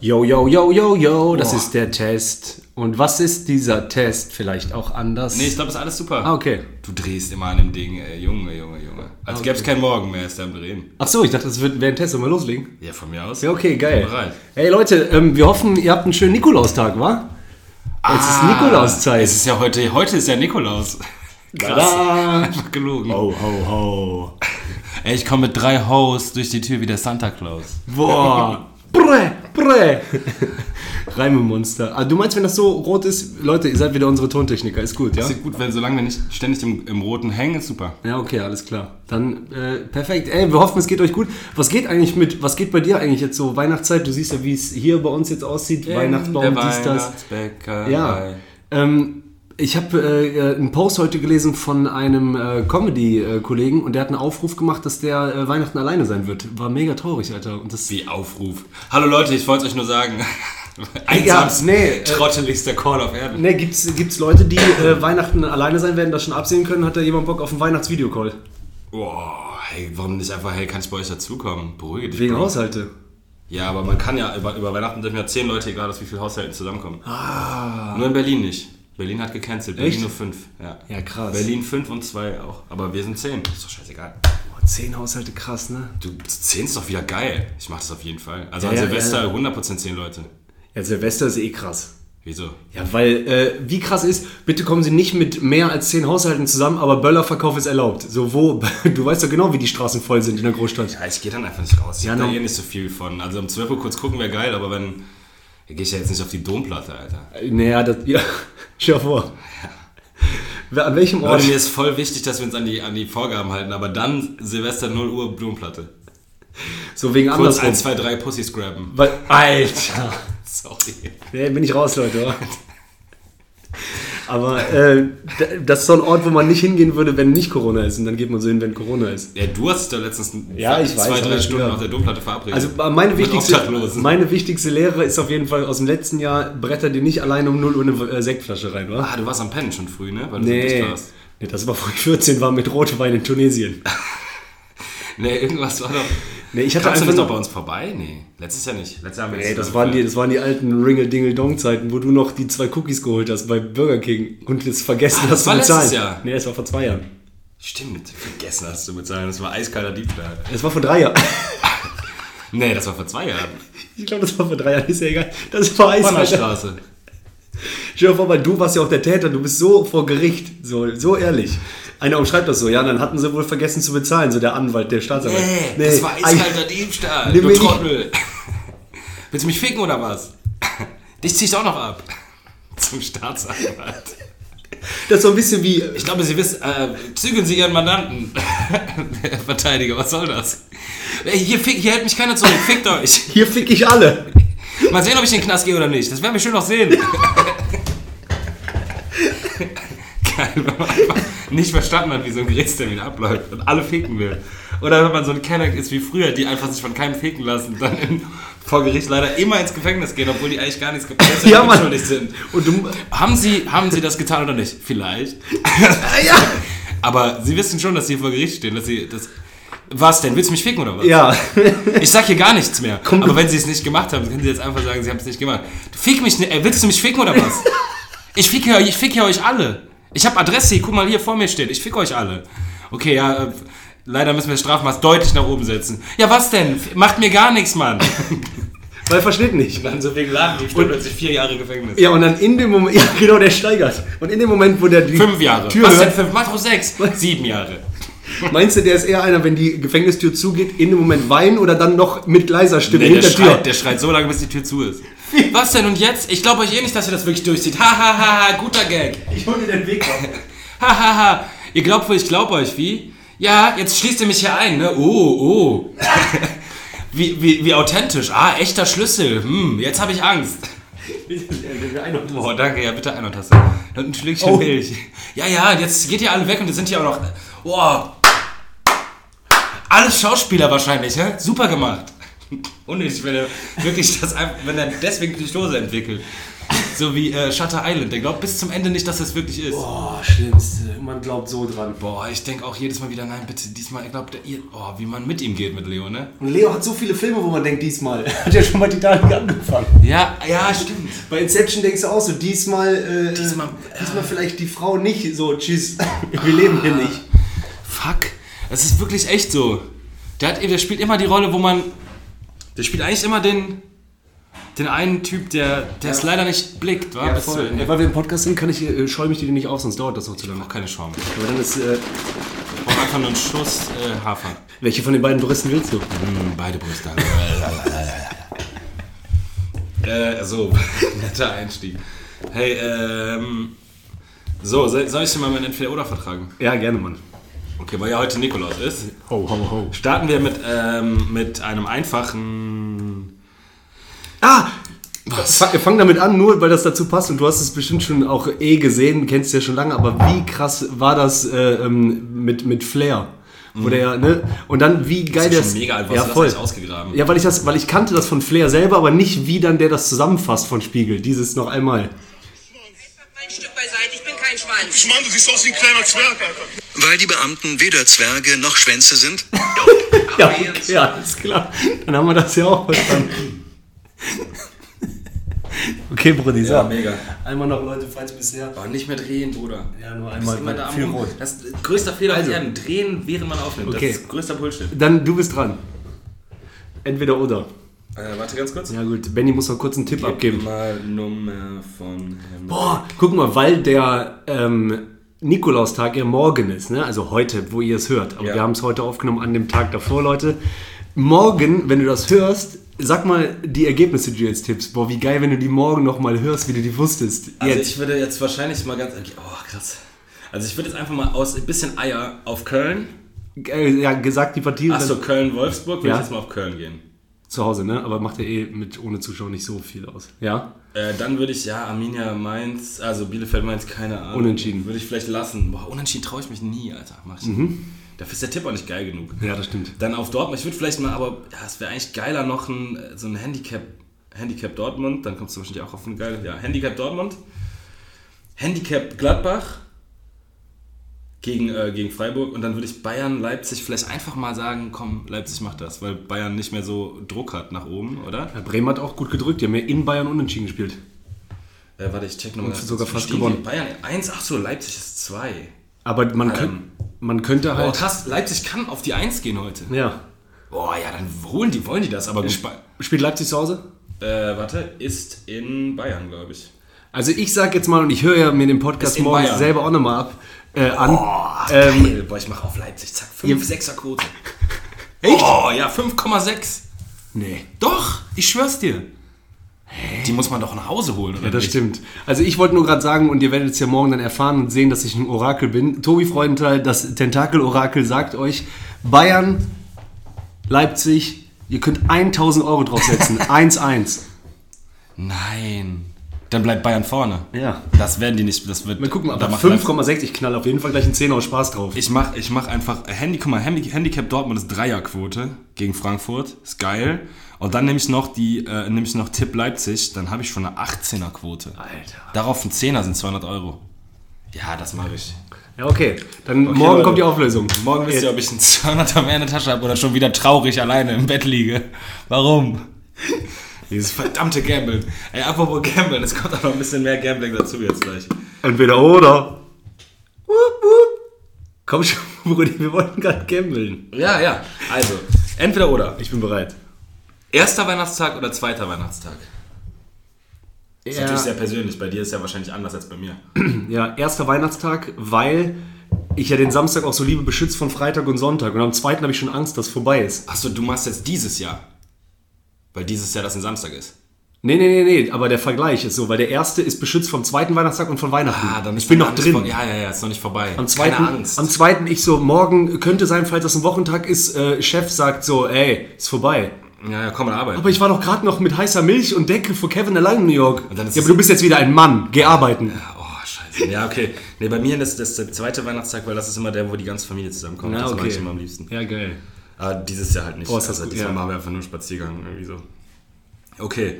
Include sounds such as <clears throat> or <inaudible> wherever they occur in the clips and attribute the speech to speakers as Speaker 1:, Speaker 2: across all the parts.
Speaker 1: Yo, yo, yo, yo, yo, das ist der Test. Und was ist dieser Test? Vielleicht auch anders?
Speaker 2: Nee, ich glaube, ist alles super.
Speaker 1: ah, okay.
Speaker 2: Du drehst immer an dem Ding, äh, Junge, Junge, Junge. Als gäbe es keinen Morgen mehr, ist er am Drehen.
Speaker 1: Ach so, ich dachte, das wird, wäre ein Test. Sollen wir loslegen?
Speaker 2: Ja, von mir aus.
Speaker 1: Ja, okay,
Speaker 2: Bin
Speaker 1: geil.
Speaker 2: bereit.
Speaker 1: Hey Leute, ähm, wir hoffen, ihr habt einen schönen Nikolaustag, wa? es ist Nikolauszeit.
Speaker 2: Ah, Es ist ja heute, heute ist
Speaker 1: <laughs>
Speaker 2: ja Nikolaus.
Speaker 1: Tada!
Speaker 2: Einfach gelogen.
Speaker 1: Ho, ho, ho.
Speaker 2: Ey, ich komme mit drei Hoes durch die Tür wie der Santa Claus. <laughs>
Speaker 1: Boah. Brä, brä. Reimemonster. Ah, du meinst, wenn das so rot ist, Leute, ihr seid wieder unsere Tontechniker, ist gut, ja?
Speaker 2: Ist ja gut, weil solange wir nicht ständig im, im Roten hängen, ist super.
Speaker 1: Ja, okay, alles klar. Dann äh, perfekt. Ey, wir hoffen, es geht euch gut. Was geht eigentlich mit, was geht bei dir eigentlich jetzt so? Weihnachtszeit, du siehst ja, wie es hier bei uns jetzt aussieht. Ähm, Weihnachtsbaum,
Speaker 2: der
Speaker 1: dies, das.
Speaker 2: Weihnachtsbäcker.
Speaker 1: Ja. Ähm, ich habe äh, einen Post heute gelesen von einem äh, Comedy-Kollegen und der hat einen Aufruf gemacht, dass der äh, Weihnachten alleine sein wird. War mega traurig, Alter. Und das
Speaker 2: Wie Aufruf. Hallo Leute, ich wollte es euch nur sagen.
Speaker 1: <laughs>
Speaker 2: Einsamst,
Speaker 1: nee, äh,
Speaker 2: trotteligster Call auf Erden.
Speaker 1: Ne, gibt's, gibt's Leute, die äh, Weihnachten alleine sein werden, das schon absehen können? Hat da jemand Bock auf einen Weihnachtsvideocall?
Speaker 2: Boah, hey, warum nicht einfach, hey, kann ich bei euch dazukommen? Beruhige dich.
Speaker 1: Wegen
Speaker 2: Bro.
Speaker 1: Haushalte.
Speaker 2: Ja, aber man kann ja, über, über Weihnachten dürfen ja zehn Leute, egal aus wie viel Haushalten, zusammenkommen. Nur in Berlin nicht. Berlin hat gecancelt. Berlin
Speaker 1: Ah. Echt?
Speaker 2: nur fünf. Ja.
Speaker 1: Ja, krass.
Speaker 2: Berlin fünf und zwei auch. Aber wir sind zehn. Ist doch scheißegal.
Speaker 1: Boah, Oh, zehn Haushalte, krass, ne?
Speaker 2: Du, zehn ist doch wieder geil. Ich mach das auf jeden Fall. Also
Speaker 1: Ja,
Speaker 2: an
Speaker 1: ja,
Speaker 2: Silvester
Speaker 1: ja,
Speaker 2: 100% zehn Leute.
Speaker 1: Ja, Silvester ist eh krass.
Speaker 2: Wieso?
Speaker 1: Ja, weil, äh, wie krass ist, bitte kommen Sie nicht mit mehr als zehn Haushalten zusammen, aber Böllerverkauf ist erlaubt. So, wo, <laughs> du weißt doch genau, wie die Straßen voll sind in der Großstadt.
Speaker 2: Ja, ich gehe dann einfach nicht raus. Ich
Speaker 1: Ja,
Speaker 2: hab da
Speaker 1: no.
Speaker 2: eh nicht so viel von. Also um 12 Uhr kurz gucken wäre geil, aber wenn. Da gehe ich ja jetzt nicht auf die Domplatte, Alter.
Speaker 1: Naja, das, Äh, ja, <laughs> stell dir vor. Wer- An welchem Ort?
Speaker 2: Leute, mir ist voll wichtig, dass wir uns an die, an die Vorgaben halten, aber dann Silvester 0 Uhr Domplatte.
Speaker 1: So wegen
Speaker 2: Kurz
Speaker 1: andersrum.
Speaker 2: 1, 2, 3 Pussys graben. <laughs>
Speaker 1: Weil, Alter.
Speaker 2: Sorry.
Speaker 1: <laughs> Nee, bin ich raus, Leute. oder? Aber äh, d- das ist so ein Ort, wo man nicht hingehen würde, wenn nicht Corona ist. Und dann geht man so hin, wenn Corona ist.
Speaker 2: Ja, du hast dich doch letztens
Speaker 1: Ja, ich
Speaker 2: zwei,
Speaker 1: weiß,
Speaker 2: drei
Speaker 1: aber
Speaker 2: Stunden
Speaker 1: ja.
Speaker 2: auf der Domplatte verabredet.
Speaker 1: Also meine
Speaker 2: Mit
Speaker 1: wichtigste,
Speaker 2: Obdachlosen.
Speaker 1: meine wichtigste Lehre ist auf jeden Fall aus dem letzten Jahr, bretter dir nicht alleine um 0 Uhr eine äh, Sektflasche rein, wa?
Speaker 2: ah, du warst am Pennen schon früh, ne? Weil du so
Speaker 1: Nee.
Speaker 2: dicht warst.
Speaker 1: nee, das war <laughs> vor 14, war mit Rotwein in Tunesien.
Speaker 2: Nee, irgendwas war doch.
Speaker 1: Nee, ich hatte
Speaker 2: Kamst du
Speaker 1: einfach
Speaker 2: nicht noch bei
Speaker 1: nur,
Speaker 2: uns vorbei? Nee, letztes Jahr nicht. Letztes Jahr haben wir
Speaker 1: nee,
Speaker 2: nicht
Speaker 1: das
Speaker 2: zusammen
Speaker 1: waren die,
Speaker 2: gefeiert.
Speaker 1: das waren die alten Ringel-Dingel-Dong-Zeiten, wo du noch die zwei Cookies geholt hast bei Burger King und jetzt vergessen
Speaker 2: Ah, das
Speaker 1: hast zu
Speaker 2: war letztes
Speaker 1: bezahlen.
Speaker 2: Jahr.
Speaker 1: Nee, das war vor zwei Jahren.
Speaker 2: Stimmt, vergessen hast du mit seinem. Das war eiskalter Diebstahl.
Speaker 1: Das war vor drei Jahren. <laughs>
Speaker 2: Nee, das war vor zwei Jahren.
Speaker 1: Ich glaube, das war vor drei Jahren, ist ja egal. Das war Eis, Alter.
Speaker 2: Bonnerstraße.
Speaker 1: Stell dir vor, weil du warst ja auch der Täter, du bist so vor Gericht, so, so ehrlich. Einer umschreibt das so, ja, dann hatten sie wohl vergessen zu bezahlen, so der Anwalt, der Staatsanwalt.
Speaker 2: Nee, das war halt eiskalter Diebstahl. Du
Speaker 1: mir nicht-
Speaker 2: Trottel. Willst du mich ficken oder was? Dich zieh ich auch noch ab. <laughs> Zum Staatsanwalt.
Speaker 1: Das ist so ein bisschen wie,
Speaker 2: Ich glaube, Sie wissen, äh, zügeln Sie Ihren Mandanten. <laughs> Der Verteidiger, was soll das? Ey, Hier, fick, hier hält mich keiner zurück, fickt euch.
Speaker 1: hier fick ich alle.
Speaker 2: Mal sehen, ob ich in den Knast gehe oder nicht. Das werden wir schön noch sehen. <laughs> Geil, wenn man einfach nicht verstanden hat, wie so ein Gerichtstermin abläuft und alle ficken will. Oder wenn man so ein Kenner ist wie früher, die einfach sich von keinem ficken lassen, dann in, vor Gericht leider immer ins Gefängnis gehen, obwohl die eigentlich gar nichts gepasst
Speaker 1: Ja, Mann.
Speaker 2: schuldig sind.
Speaker 1: Und du,
Speaker 2: Haben Sie, haben Sie das getan oder nicht? Vielleicht.
Speaker 1: äh, ja.
Speaker 2: Aber Sie wissen schon, dass Sie vor Gericht stehen, dass Sie das. Was denn? Willst du mich ficken oder was?
Speaker 1: Ja, <laughs>
Speaker 2: Ich sag hier gar nichts mehr.
Speaker 1: Komm,
Speaker 2: Aber
Speaker 1: du-
Speaker 2: wenn Sie es nicht gemacht haben, können Sie jetzt einfach sagen, Sie haben es nicht gemacht. Du fick mich nicht. Ey, willst du mich ficken oder
Speaker 1: <laughs>
Speaker 2: was? Ich fick hier, ich fick hier euch alle. Ich habe Adresse, guck mal hier vor mir steht. Ich fick euch alle. Okay, ja. äh, Leider müssen wir das Strafmaß deutlich nach oben setzen. Ja, was denn? F- Macht mir gar nichts, Mann.
Speaker 1: weil versteht nicht.
Speaker 2: <laughs> Dann so wegen Laden, die stimmt plötzlich vier Jahre Gefängnis.
Speaker 1: Ja, und dann in dem Moment, <laughs> ja genau, der steigert. Und in dem Moment, wo der die
Speaker 2: Fünf Jahre.
Speaker 1: Tür
Speaker 2: was denn
Speaker 1: hört,
Speaker 2: fünf? Mach doch sechs. Sieben Jahre.
Speaker 1: meinst du, der ist eher einer, wenn die Gefängnistür zugeht, in dem Moment weinen oder dann noch mit leiser Stimme
Speaker 2: Nee, der,
Speaker 1: hinter Tür?
Speaker 2: schreit, der schreit so lange, bis die Tür zu ist. Was denn und jetzt? Ich glaube euch eh nicht, dass ihr das wirklich durchzieht. Ha, ha, ha, ha, guter Gag.
Speaker 1: Ich hol dir den Weg
Speaker 2: <laughs>
Speaker 1: auf.
Speaker 2: Ha, ha, ha. Ihr glaubt wohl, ich glaub euch, wie? Ja, jetzt schließt ihr mich hier ein, ne? Oh, <laughs> oh. Wie, wie, wie authentisch. Ah, echter Schlüssel. Hm, jetzt habe ich Angst. Boah, danke, ja, bitte eine Tasse. Und ein Schlückchen
Speaker 1: Oh.
Speaker 2: Milch. Ja, ja, jetzt geht ihr alle weg und jetzt sind hier auch noch... Boah. Alles Schauspieler wahrscheinlich, hä? Super Oh, gemacht. Unnötig, wenn er wirklich das, ein- wenn er deswegen Psychose entwickelt. So wie äh, Shutter Island. Der glaubt bis zum Ende nicht, dass das wirklich ist.
Speaker 1: Boah, schlimmste. Man glaubt so dran.
Speaker 2: Boah, ich denke auch jedes Mal wieder, nein, bitte, diesmal, ich glaube, ihr, oh, wie man mit ihm geht mit Leo, ne?
Speaker 1: Und Leo hat so viele Filme, wo man denkt, diesmal. <laughs> Hat ja schon mal Titanic angefangen.
Speaker 2: Ja, ja, stimmt.
Speaker 1: Bei Inception denkst du auch so, diesmal, äh,
Speaker 2: Diesmal,
Speaker 1: diesmal, vielleicht die Frau nicht so, tschüss, <laughs> wir leben hier nicht.
Speaker 2: Fuck. Das ist wirklich echt so. Der, hat, der spielt immer die Rolle, wo man, der spielt eigentlich immer den, den einen Typ, der, der es leider nicht blickt, wa? Bis zu Ende.
Speaker 1: Ja, weil wir im Podcast sind, kann ich, äh, schäume ich die nicht auf, sonst dauert das noch zu lange.
Speaker 2: Noch keine Schaum.
Speaker 1: Aber dann ist, äh,
Speaker 2: Ich brauche einfach nur einen Schuss äh, Hafer.
Speaker 1: welche von den beiden Brüsten willst du?
Speaker 2: Mm, beide Brüste. <laughs> äh, so, <laughs> netter Einstieg. Hey, ähm. So, soll soll ich dir mal meinen Entweder-Oder vertragen?
Speaker 1: Ja, gerne, Mann.
Speaker 2: Okay, weil ja heute Nikolaus ist.
Speaker 1: Ho, ho, ho.
Speaker 2: Starten wir mit, ähm, mit einem einfachen.
Speaker 1: Ah!
Speaker 2: Was?
Speaker 1: Fang, fang damit an, nur weil das dazu passt und du hast es bestimmt schon auch eh gesehen, kennst ja schon lange, aber wie krass war das äh, ähm, mit, mit Flair? Wo der, ne? Und dann wie geil
Speaker 2: Das
Speaker 1: der
Speaker 2: ist schon mega alt, was
Speaker 1: ja,
Speaker 2: hast du
Speaker 1: voll.
Speaker 2: nicht ausgegraben?
Speaker 1: Ja, weil ich das, weil ich kannte das von Flair selber, aber nicht wie dann der das zusammenfasst von Spiegel. Dieses noch einmal.
Speaker 3: Mein Stück beiseite, ich bin kein Schwanz.
Speaker 4: Mann, du siehst aus wie ein kleiner Zwerg, Alter.
Speaker 5: Weil die Beamten weder Zwerge noch Schwänze sind,
Speaker 1: Ja, okay, alles klar. Dann haben wir das ja auch verstanden. okay, Brudi,
Speaker 2: Ja,
Speaker 1: so.
Speaker 2: Ah, mega.
Speaker 1: Einmal noch Leute, falls bisher.
Speaker 2: Aber nicht mehr drehen, Bruder.
Speaker 1: Ja, nur
Speaker 2: Das
Speaker 1: einmal.
Speaker 2: ist immer da am
Speaker 1: Viel
Speaker 2: Rum-
Speaker 1: rot.
Speaker 2: Das ist größter Fehler auf
Speaker 1: Also.
Speaker 2: Erden. Drehen, während man aufnimmt.
Speaker 1: Okay.
Speaker 2: Das ist größter Bullshit.
Speaker 1: Dann du bist dran. Entweder oder.
Speaker 2: Äh, warte ganz kurz.
Speaker 1: Ja gut, Benny muss noch kurz einen Tipp
Speaker 2: Gib
Speaker 1: abgeben.
Speaker 2: mal Nummer von Herrn.
Speaker 1: Boah, guck mal, weil der ähm, Nikolaustag ja morgen ist, ne? Also heute, wo ihr es hört. Aber
Speaker 2: Ja.
Speaker 1: wir haben es heute aufgenommen an dem Tag davor, Leute. Morgen, wenn du das hörst, sag mal die Ergebnisse, die du jetzt tippst. Boah, wie geil, wenn du die morgen nochmal hörst, wie du die wusstest.
Speaker 2: Also
Speaker 1: Jetzt.
Speaker 2: ich würde jetzt wahrscheinlich mal ganz. Oh, krass. Also ich würde jetzt einfach mal aus ein bisschen Eier auf Köln.
Speaker 1: Äh, ja, gesagt, die Partie und
Speaker 2: Achso, Köln-Wolfsburg, würde
Speaker 1: Ja.
Speaker 2: ich jetzt mal auf Köln gehen.
Speaker 1: dann zu Hause, ne? Aber macht ja eh mit ohne Zuschauer nicht so viel aus. Ja?
Speaker 2: Äh, dann würde ich, ja, Arminia Mainz, also Bielefeld Mainz, keine Ahnung.
Speaker 1: Unentschieden. Mhm.
Speaker 2: Würde ich vielleicht lassen. Boah, unentschieden traue ich mich nie, Alter. Mach ich. nicht. Dafür ist der Tipp auch nicht geil genug.
Speaker 1: Ja, das stimmt.
Speaker 2: Dann auf Dortmund, ich würde vielleicht mal, aber ja, es wäre eigentlich geiler noch ein, äh, so ein Handicap, Handicap Dortmund, dann kommst du wahrscheinlich auch auf ein geiles, ja, Handicap Dortmund, Handicap Gladbach gegen, äh, gegen Freiburg und dann würde ich Bayern, Leipzig vielleicht einfach mal sagen, komm, Leipzig macht das, weil Bayern nicht mehr so Druck hat nach oben, oder?
Speaker 1: Ja, Bremen hat auch gut gedrückt. Die haben ja in Bayern unentschieden gespielt.
Speaker 2: Äh, warte, ich check nochmal.
Speaker 1: Und sogar fast gewonnen.
Speaker 2: Bayern 1, ach so, Leipzig ist 2.
Speaker 1: Aber man, könnt, man könnte
Speaker 2: Oh
Speaker 1: halt...
Speaker 2: krass, Leipzig kann auf die 1 gehen heute.
Speaker 1: Ja.
Speaker 2: Boah, ja, dann holen die, wollen die das, aber gespannt.
Speaker 1: Spielt Leipzig zu Hause?
Speaker 2: Äh, warte, ist in Bayern, glaube ich.
Speaker 1: Also ich sag jetzt mal, und ich höre ja mir den Podcast
Speaker 2: Ist in
Speaker 1: morgen
Speaker 2: Bayern.
Speaker 1: selber auch nochmal ab, äh, an. ähm,
Speaker 2: Geil, boah, ich mache auf Leipzig, zack, 5-6er Quote. Echt? Oh, ja, 5,6.
Speaker 1: nee,
Speaker 2: Doch, ich schwör's dir. Die muss man doch nach Hause holen, oder?
Speaker 1: das
Speaker 2: nicht?
Speaker 1: stimmt. Also ich wollte nur gerade sagen, und ihr werdet es ja morgen dann erfahren und sehen, dass ich ein Orakel bin. Tobi Freudenthal, das Tentakel-Orakel sagt euch, Bayern, Leipzig, ihr könnt 1000 Euro <laughs> draufsetzen. 1-1.
Speaker 2: Nein. Dann bleibt Bayern vorne.
Speaker 1: Ja.
Speaker 2: Das werden die nicht, das wird...
Speaker 1: Wir gucken mal,
Speaker 2: da
Speaker 1: aber
Speaker 2: macht
Speaker 1: 5,6, ich knall auf jeden Fall gleich einen 10 aus Spaß drauf.
Speaker 2: Ich mach, ich mach einfach äh, Handy, guck mal, Handy, Handicap Dortmund ist Dreierquote gegen Frankfurt. Ist geil. Und dann nehme ich noch die, äh, nehme ich noch Tipp Leipzig, dann habe ich schon eine 18er Quote.
Speaker 1: Alter.
Speaker 2: Darauf ein 10er sind 200 Euro. Ja, das mache ich.
Speaker 1: Ja, okay. Dann morgen
Speaker 2: Leute.
Speaker 1: kommt die Auflösung.
Speaker 2: Morgen wisst ihr, ob ich einen 200er mehr in der Tasche habe oder schon wieder traurig alleine im Bett liege. Warum? Dieses verdammte Gambeln. Ey, apropos Gambeln, es kommt auch noch ein bisschen mehr Gambling dazu jetzt gleich.
Speaker 1: Entweder oder. Wup, wup. Komm schon, <laughs> Brudi, wir wollten gerade gambeln.
Speaker 2: Ja, ja. Also, entweder oder.
Speaker 1: Ich bin bereit.
Speaker 2: Erster Weihnachtstag oder zweiter Weihnachtstag? Ist
Speaker 1: Ja,
Speaker 2: natürlich sehr persönlich. Bei dir ist ja wahrscheinlich anders als bei mir.
Speaker 1: ja, erster Weihnachtstag, weil ich ja den Samstag auch so liebe beschützt von Freitag und Sonntag. Und am zweiten habe ich schon Angst, dass vorbei ist.
Speaker 2: Achso, du machst jetzt dieses Jahr. Weil dieses Jahr das ein Samstag ist.
Speaker 1: Nee, nee, nee, nee, aber der Vergleich ist so, weil der erste ist beschützt vom zweiten Weihnachtstag
Speaker 2: Ah,
Speaker 1: und von Weihnachten. ich bin noch
Speaker 2: Angst
Speaker 1: drin.
Speaker 2: vor- Ja, ja, ja, ist noch nicht vorbei.
Speaker 1: Am zweiten,
Speaker 2: Keine Angst.
Speaker 1: am zweiten, ich so, morgen könnte sein, falls das ein Wochentag ist, äh, Chef sagt so, ey, ist vorbei.
Speaker 2: ja, ja, komm mal arbeiten.
Speaker 1: Aber ich war doch gerade noch mit heißer Milch und Decke vor Kevin allein in New York.
Speaker 2: Und dann ist
Speaker 1: ja,
Speaker 2: es-
Speaker 1: aber du bist jetzt wieder ein Mann. Geh arbeiten.
Speaker 2: Oh, scheiße. Ja, okay. Nee, bei mir ist das der zweite Weihnachtstag, weil das ist immer der, wo die ganze Familie zusammenkommt.
Speaker 1: Ah,
Speaker 2: das mag ich immer am liebsten.
Speaker 1: Ja, geil.
Speaker 2: Aber dieses Jahr halt nicht.
Speaker 1: Oh, ist das
Speaker 2: also
Speaker 1: gut,
Speaker 2: diesmal
Speaker 1: ja.
Speaker 2: machen wir einfach nur einen Spaziergang. Irgendwie so. Okay.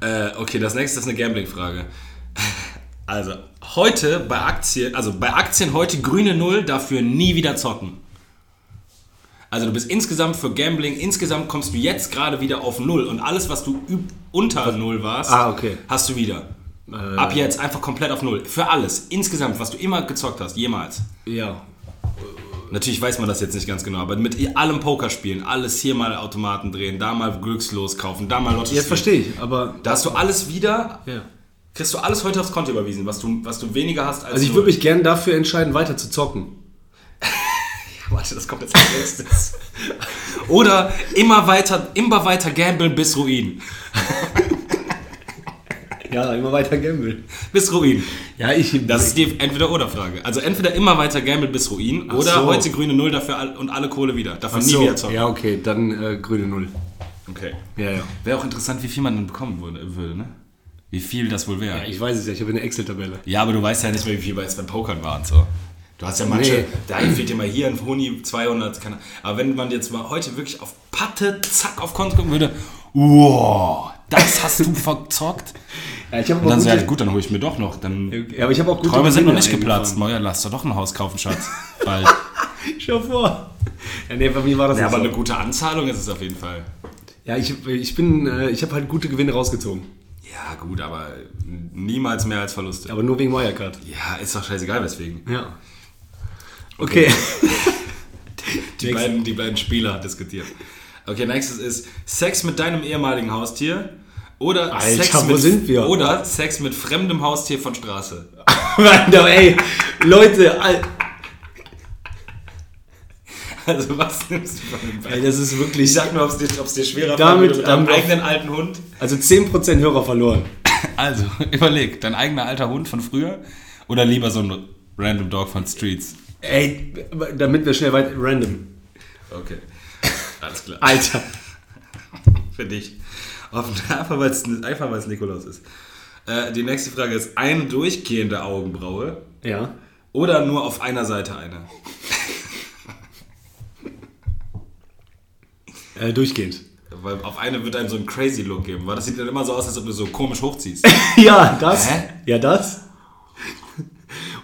Speaker 2: Äh, okay, das nächste ist eine Gambling-Frage. <laughs> Also heute bei Aktien, also bei Aktien heute grüne Null, dafür nie wieder zocken. Also du bist insgesamt für Gambling, insgesamt kommst du jetzt gerade wieder auf Null und alles, was du üb- unter Null warst,
Speaker 1: Ah, okay. Äh.
Speaker 2: hast du wieder. Ab jetzt einfach komplett auf Null. Für alles, insgesamt, was du immer gezockt hast, jemals.
Speaker 1: Ja.
Speaker 2: Natürlich weiß man das jetzt nicht ganz genau, aber mit allem Pokerspielen, alles hier mal Automaten drehen, da mal Glückslos kaufen, da mal Lotto
Speaker 1: Jetzt
Speaker 2: spielen.
Speaker 1: verstehe ich, aber.
Speaker 2: Da hast du alles wieder,
Speaker 1: Ja.
Speaker 2: kriegst du alles heute aufs Konto überwiesen, was du, was du weniger hast als
Speaker 1: Also ich
Speaker 2: null.
Speaker 1: würde mich gern dafür entscheiden, weiter zu zocken.
Speaker 2: <laughs> Warte, das kommt jetzt als nächstes. Oder immer weiter, immer weiter gambeln bis Ruin.
Speaker 1: Ja, immer weiter gambeln.
Speaker 2: Bis Ruin.
Speaker 1: Ja, ich.
Speaker 2: Das ist die Entweder-Oder-Frage. Also entweder immer weiter gambeln bis Ruin oder
Speaker 1: so.
Speaker 2: heute grüne Null dafür all, und alle Kohle wieder. Dafür nie
Speaker 1: so.
Speaker 2: wieder zocken.
Speaker 1: Ja, okay, dann äh, grüne Null.
Speaker 2: Okay.
Speaker 1: Ja, ja.
Speaker 2: Wäre auch interessant, wie viel man dann bekommen würde, würde ne? Wie viel das wohl wäre. Ja,
Speaker 1: Ich weiß es ja, ich habe eine Excel-Tabelle.
Speaker 2: aber du weißt ja nicht mehr, wie viel bei bei Pokern waren. So. Du hast ja manche,
Speaker 1: Nee.
Speaker 2: da fehlt dir mal hier ein Huni 200. Keine, aber wenn man jetzt mal heute wirklich auf Patte, zack, auf Konto gucken würde, wow, das hast du <laughs> verzockt.
Speaker 1: Ja, ich habe
Speaker 2: Und dann so, ja gut, dann hole ich mir doch noch. Dann
Speaker 1: Ja, aber ich habe auch gute
Speaker 2: Träume sind noch
Speaker 1: Gewinne
Speaker 2: nicht geplatzt.
Speaker 1: eingefahren.
Speaker 2: Neuer, lass doch doch ein Haus kaufen, <laughs> Schatz. Weil,
Speaker 1: Schau vor. Ja, nee, bei mir war das
Speaker 2: ja,
Speaker 1: nicht
Speaker 2: aber
Speaker 1: so.
Speaker 2: eine gute Anzahlung ist es auf jeden Fall.
Speaker 1: Ja, ich, ich bin, äh, ich habe halt gute Gewinne rausgezogen.
Speaker 2: Ja, gut, aber niemals mehr als Verluste.
Speaker 1: Aber nur wegen Wirecard.
Speaker 2: Ja, ist doch scheißegal, weswegen.
Speaker 1: Ja. Okay. <laughs>
Speaker 2: Die beiden, die beiden Spieler diskutiert. Okay, nächstes ist Sex mit deinem ehemaligen Haustier oder
Speaker 1: Alter,
Speaker 2: Sex
Speaker 1: wo
Speaker 2: mit
Speaker 1: sind wir?
Speaker 2: oder Sex mit fremdem Haustier von Straße. <laughs>
Speaker 1: Mann, aber ey, Leute, Al-
Speaker 2: Also was nimmst du von dem
Speaker 1: ey,
Speaker 2: beiden?
Speaker 1: das ist wirklich.
Speaker 2: Ich sag nur, ob es dir, ob's dir schwerer
Speaker 1: Damit-
Speaker 2: fällt, mit deinem
Speaker 1: damit auf-
Speaker 2: eigenen alten Hund.
Speaker 1: Also 10% Hörer verloren.
Speaker 2: <laughs> Also, überleg, dein eigener alter Hund von früher oder lieber so ein random Dog von Streets?
Speaker 1: Ey, damit wir schnell weit. Random.
Speaker 2: Okay. Alles klar.
Speaker 1: Alter.
Speaker 2: Für dich. Auf, <laughs> einfach weil es einfach weil's Nikolaus ist. Äh, die nächste Frage ist: eine durchgehende Augenbraue
Speaker 1: Ja.
Speaker 2: oder nur auf einer Seite eine?
Speaker 1: Äh, durchgehend.
Speaker 2: Weil auf eine wird einem so ein crazy Look geben, weil das sieht dann immer so aus, als ob du so komisch hochziehst.
Speaker 1: <laughs> <laughs> Ja, das.
Speaker 2: Hä?
Speaker 1: Ja, das.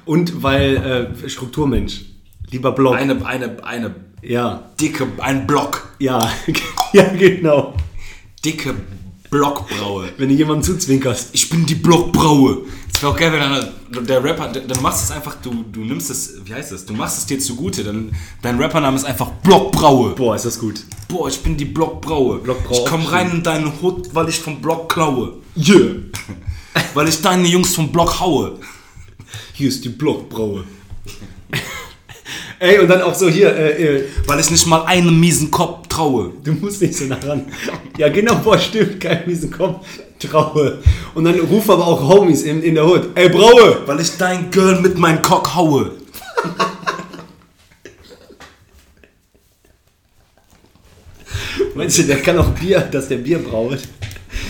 Speaker 1: Und weil äh, Strukturmensch. Lieber Block.
Speaker 2: Eine, eine, eine
Speaker 1: Ja.
Speaker 2: dicke, ein Block.
Speaker 1: Ja. <laughs> ja, genau.
Speaker 2: Dicke Blockbraue.
Speaker 1: Wenn du jemandem zuzwinkerst.
Speaker 2: ich bin die Blockbraue. Es wäre auch geil, wenn dann der Rapper, dann machst du es einfach, du, du nimmst es, wie heißt das, du machst es dir zugute, dann, dein Rappername ist einfach Blockbraue.
Speaker 1: Boah, ist das gut.
Speaker 2: Boah, ich bin die Blockbraue.
Speaker 1: Blockbraue
Speaker 2: ich komm
Speaker 1: auch
Speaker 2: rein in deinen Hut, weil ich vom Block klaue.
Speaker 1: Yeah.
Speaker 2: Weil ich deine Jungs vom Block haue.
Speaker 1: Hier ist die Blockbraue. Ey, und dann auch so hier, äh, äh,
Speaker 2: Weil ich nicht mal einem miesen Kopf traue.
Speaker 1: du musst nicht so nah ran. Ja, genau, boah, stimmt, kein miesen Kopf, Traue. Und dann ruf aber auch Homies in, in der Hood. Ey, Braue!
Speaker 2: Weil ich dein Girl mit meinem Cock haue.
Speaker 1: Meinst du, der kann auch Bier, dass der Bier braut?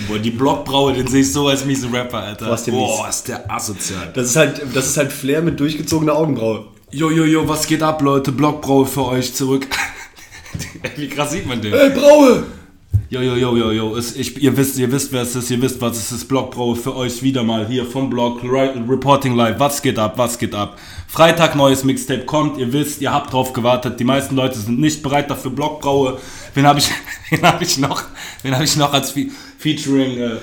Speaker 2: Boah, die Blockbraue, den sehe ich so als miesen Rapper, Alter.
Speaker 1: Boah, ist der
Speaker 2: Boah, ist der asozial.
Speaker 1: Das ist halt, das ist halt Flair mit durchgezogener Augenbraue.
Speaker 2: Jo, jo, jo, was geht ab, Leute? Blockbraue für euch zurück. <laughs> Wie krass sieht man den?
Speaker 1: Ey, Braue!
Speaker 2: Jo, jo, jo, jo, jo. Es, ich, ihr, wisst, ihr wisst, wer es ist, ihr wisst, was es ist. Blockbraue für euch wieder mal hier vom Blog Re Reporting Live. Was geht ab, was geht ab? Freitag neues Mixtape kommt, ihr wisst, ihr habt drauf gewartet. Die meisten Leute sind nicht bereit dafür. Blockbraue. Wen habe ich, <laughs> wen hab ich noch? Wen habe ich noch als Fe Featuring? Äh,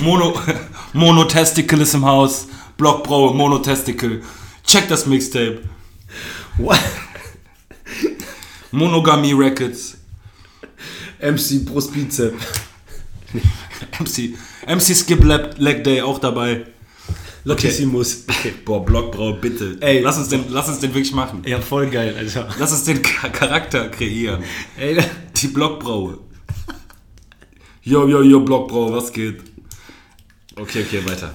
Speaker 2: <laughs> Mono <laughs> Monotesticle ist im Haus. Blockbraue, Monotesticle. Check das Mixtape.
Speaker 1: What?
Speaker 2: Monogamy Records.
Speaker 1: MC Brustbizeps.
Speaker 2: MC, MC Skip Leg, Leg Day auch dabei.
Speaker 1: Latissimus. Okay.
Speaker 2: Boah, Blockbrau, bitte.
Speaker 1: Ey.
Speaker 2: lass uns, den, lass uns den wirklich machen.
Speaker 1: Ja, voll geil, Alter.
Speaker 2: Lass uns den Char- Charakter kreieren.
Speaker 1: Ey,
Speaker 2: Die Blockbraue. Yo, yo, yo, Blockbraue, was geht? Okay, okay, <coughs> weiter.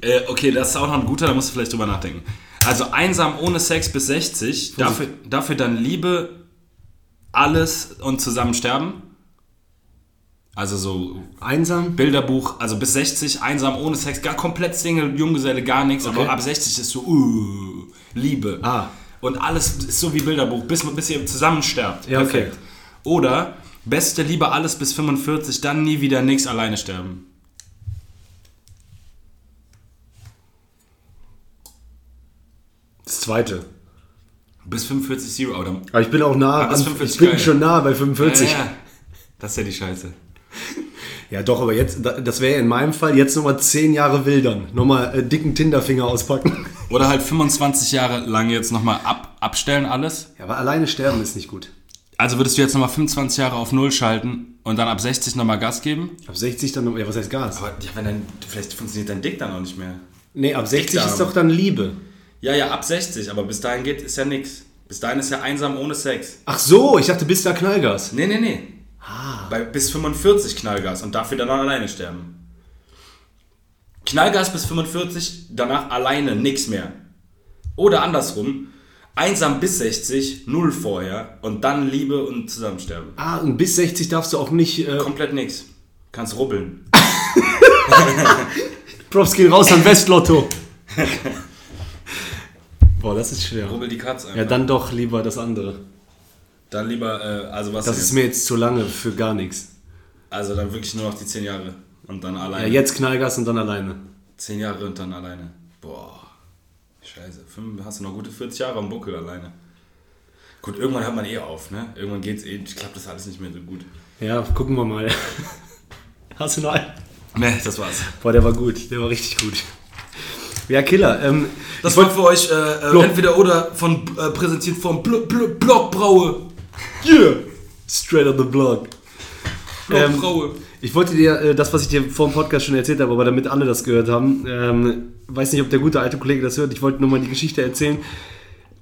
Speaker 2: äh, okay, das ist auch noch ein guter, da musst du vielleicht drüber nachdenken. Also einsam ohne Sex bis 60, dafür, dafür dann Liebe, alles und zusammen sterben. Also so
Speaker 1: einsam?
Speaker 2: Bilderbuch, also bis 60, einsam, ohne Sex, gar komplett Single, Junggeselle, gar nichts.
Speaker 1: Okay.
Speaker 2: Aber ab 60 ist so, uh, Liebe.
Speaker 1: Ah.
Speaker 2: Und alles ist so wie Bilderbuch, bis, bis ihr zusammen sterbt.
Speaker 1: Ja, okay.
Speaker 2: Oder beste Liebe, alles bis 45, dann nie wieder nix alleine sterben.
Speaker 1: Zweite.
Speaker 2: Bis 45 Zero, oder?
Speaker 1: Aber ich bin auch nah.
Speaker 2: bis
Speaker 1: an,
Speaker 2: 45
Speaker 1: ich bin
Speaker 2: geil.
Speaker 1: schon nah bei 45.
Speaker 2: Ja, ja. Das ist ja die Scheiße.
Speaker 1: Ja, doch, aber jetzt, da- das wäre ja in meinem Fall jetzt nochmal 10 Jahre wildern. Nochmal äh, dicken Tinderfinger auspacken.
Speaker 2: Oder halt 25 Jahre lang jetzt nochmal ab, abstellen alles.
Speaker 1: Ja, aber alleine sterben ist nicht gut.
Speaker 2: Also würdest du jetzt nochmal 25 Jahre auf Null schalten und dann ab 60 nochmal Gas geben?
Speaker 1: Ab 60 dann, ja, was heißt Gas?
Speaker 2: Aber ja, wenn dann, vielleicht funktioniert dein Dick dann auch nicht mehr.
Speaker 1: nee, ab 60
Speaker 2: Dickdarm.
Speaker 1: ist doch dann Liebe.
Speaker 2: Ja, ja, ab 60, aber bis dahin geht, ist ja nix. Bis dahin ist ja einsam ohne Sex.
Speaker 1: Ach so, ich dachte, bis da Knallgas.
Speaker 2: Nee, nee, nee.
Speaker 1: Ah.
Speaker 2: Bei, bis 45 Knallgas und dafür danach alleine sterben. Knallgas bis 45, danach alleine, nix mehr. Oder andersrum, einsam bis 60, null vorher und dann Liebe und zusammensterben.
Speaker 1: Ah, und bis 60 darfst du auch nicht. Äh,
Speaker 2: Komplett nix. Kannst rubbeln.
Speaker 1: Props gehen raus an Westlotto. Boah, das ist schwer.
Speaker 2: Rubbel die Katze einfach.
Speaker 1: Ja, dann doch lieber das andere.
Speaker 2: Dann lieber, äh, also was
Speaker 1: Das ist mir jetzt zu lange für gar nichts.
Speaker 2: Also dann wirklich nur noch die 10 Jahre und dann
Speaker 1: Ja,
Speaker 2: alleine.
Speaker 1: jetzt Knallgas und dann alleine.
Speaker 2: Zehn Jahre und dann alleine. Boah. Scheiße. Fünf, hast du noch gute 40 Jahre am Buckel alleine. Gut, irgendwann hört man eh auf, ne? Irgendwann geht's eh, klappt das alles nicht mehr so gut.
Speaker 1: Ja, gucken wir mal. <laughs> Hast du noch einen?
Speaker 2: Ne, das war's.
Speaker 1: Boah, der war gut. Der war richtig gut. Ja, Killer. Ähm,
Speaker 2: Das war für euch äh, äh,
Speaker 1: Blog.
Speaker 2: entweder oder von äh, präsentiert von Bl Bl Blockbraue.
Speaker 1: yeah. Straight on the block. Ähm,
Speaker 2: Blockbraue.
Speaker 1: ich wollte dir äh, das, was ich dir vor dem Podcast schon erzählt habe, aber damit alle das gehört haben, ähm, weiß nicht, ob der gute alte Kollege das hört, ich wollte nur mal die Geschichte erzählen.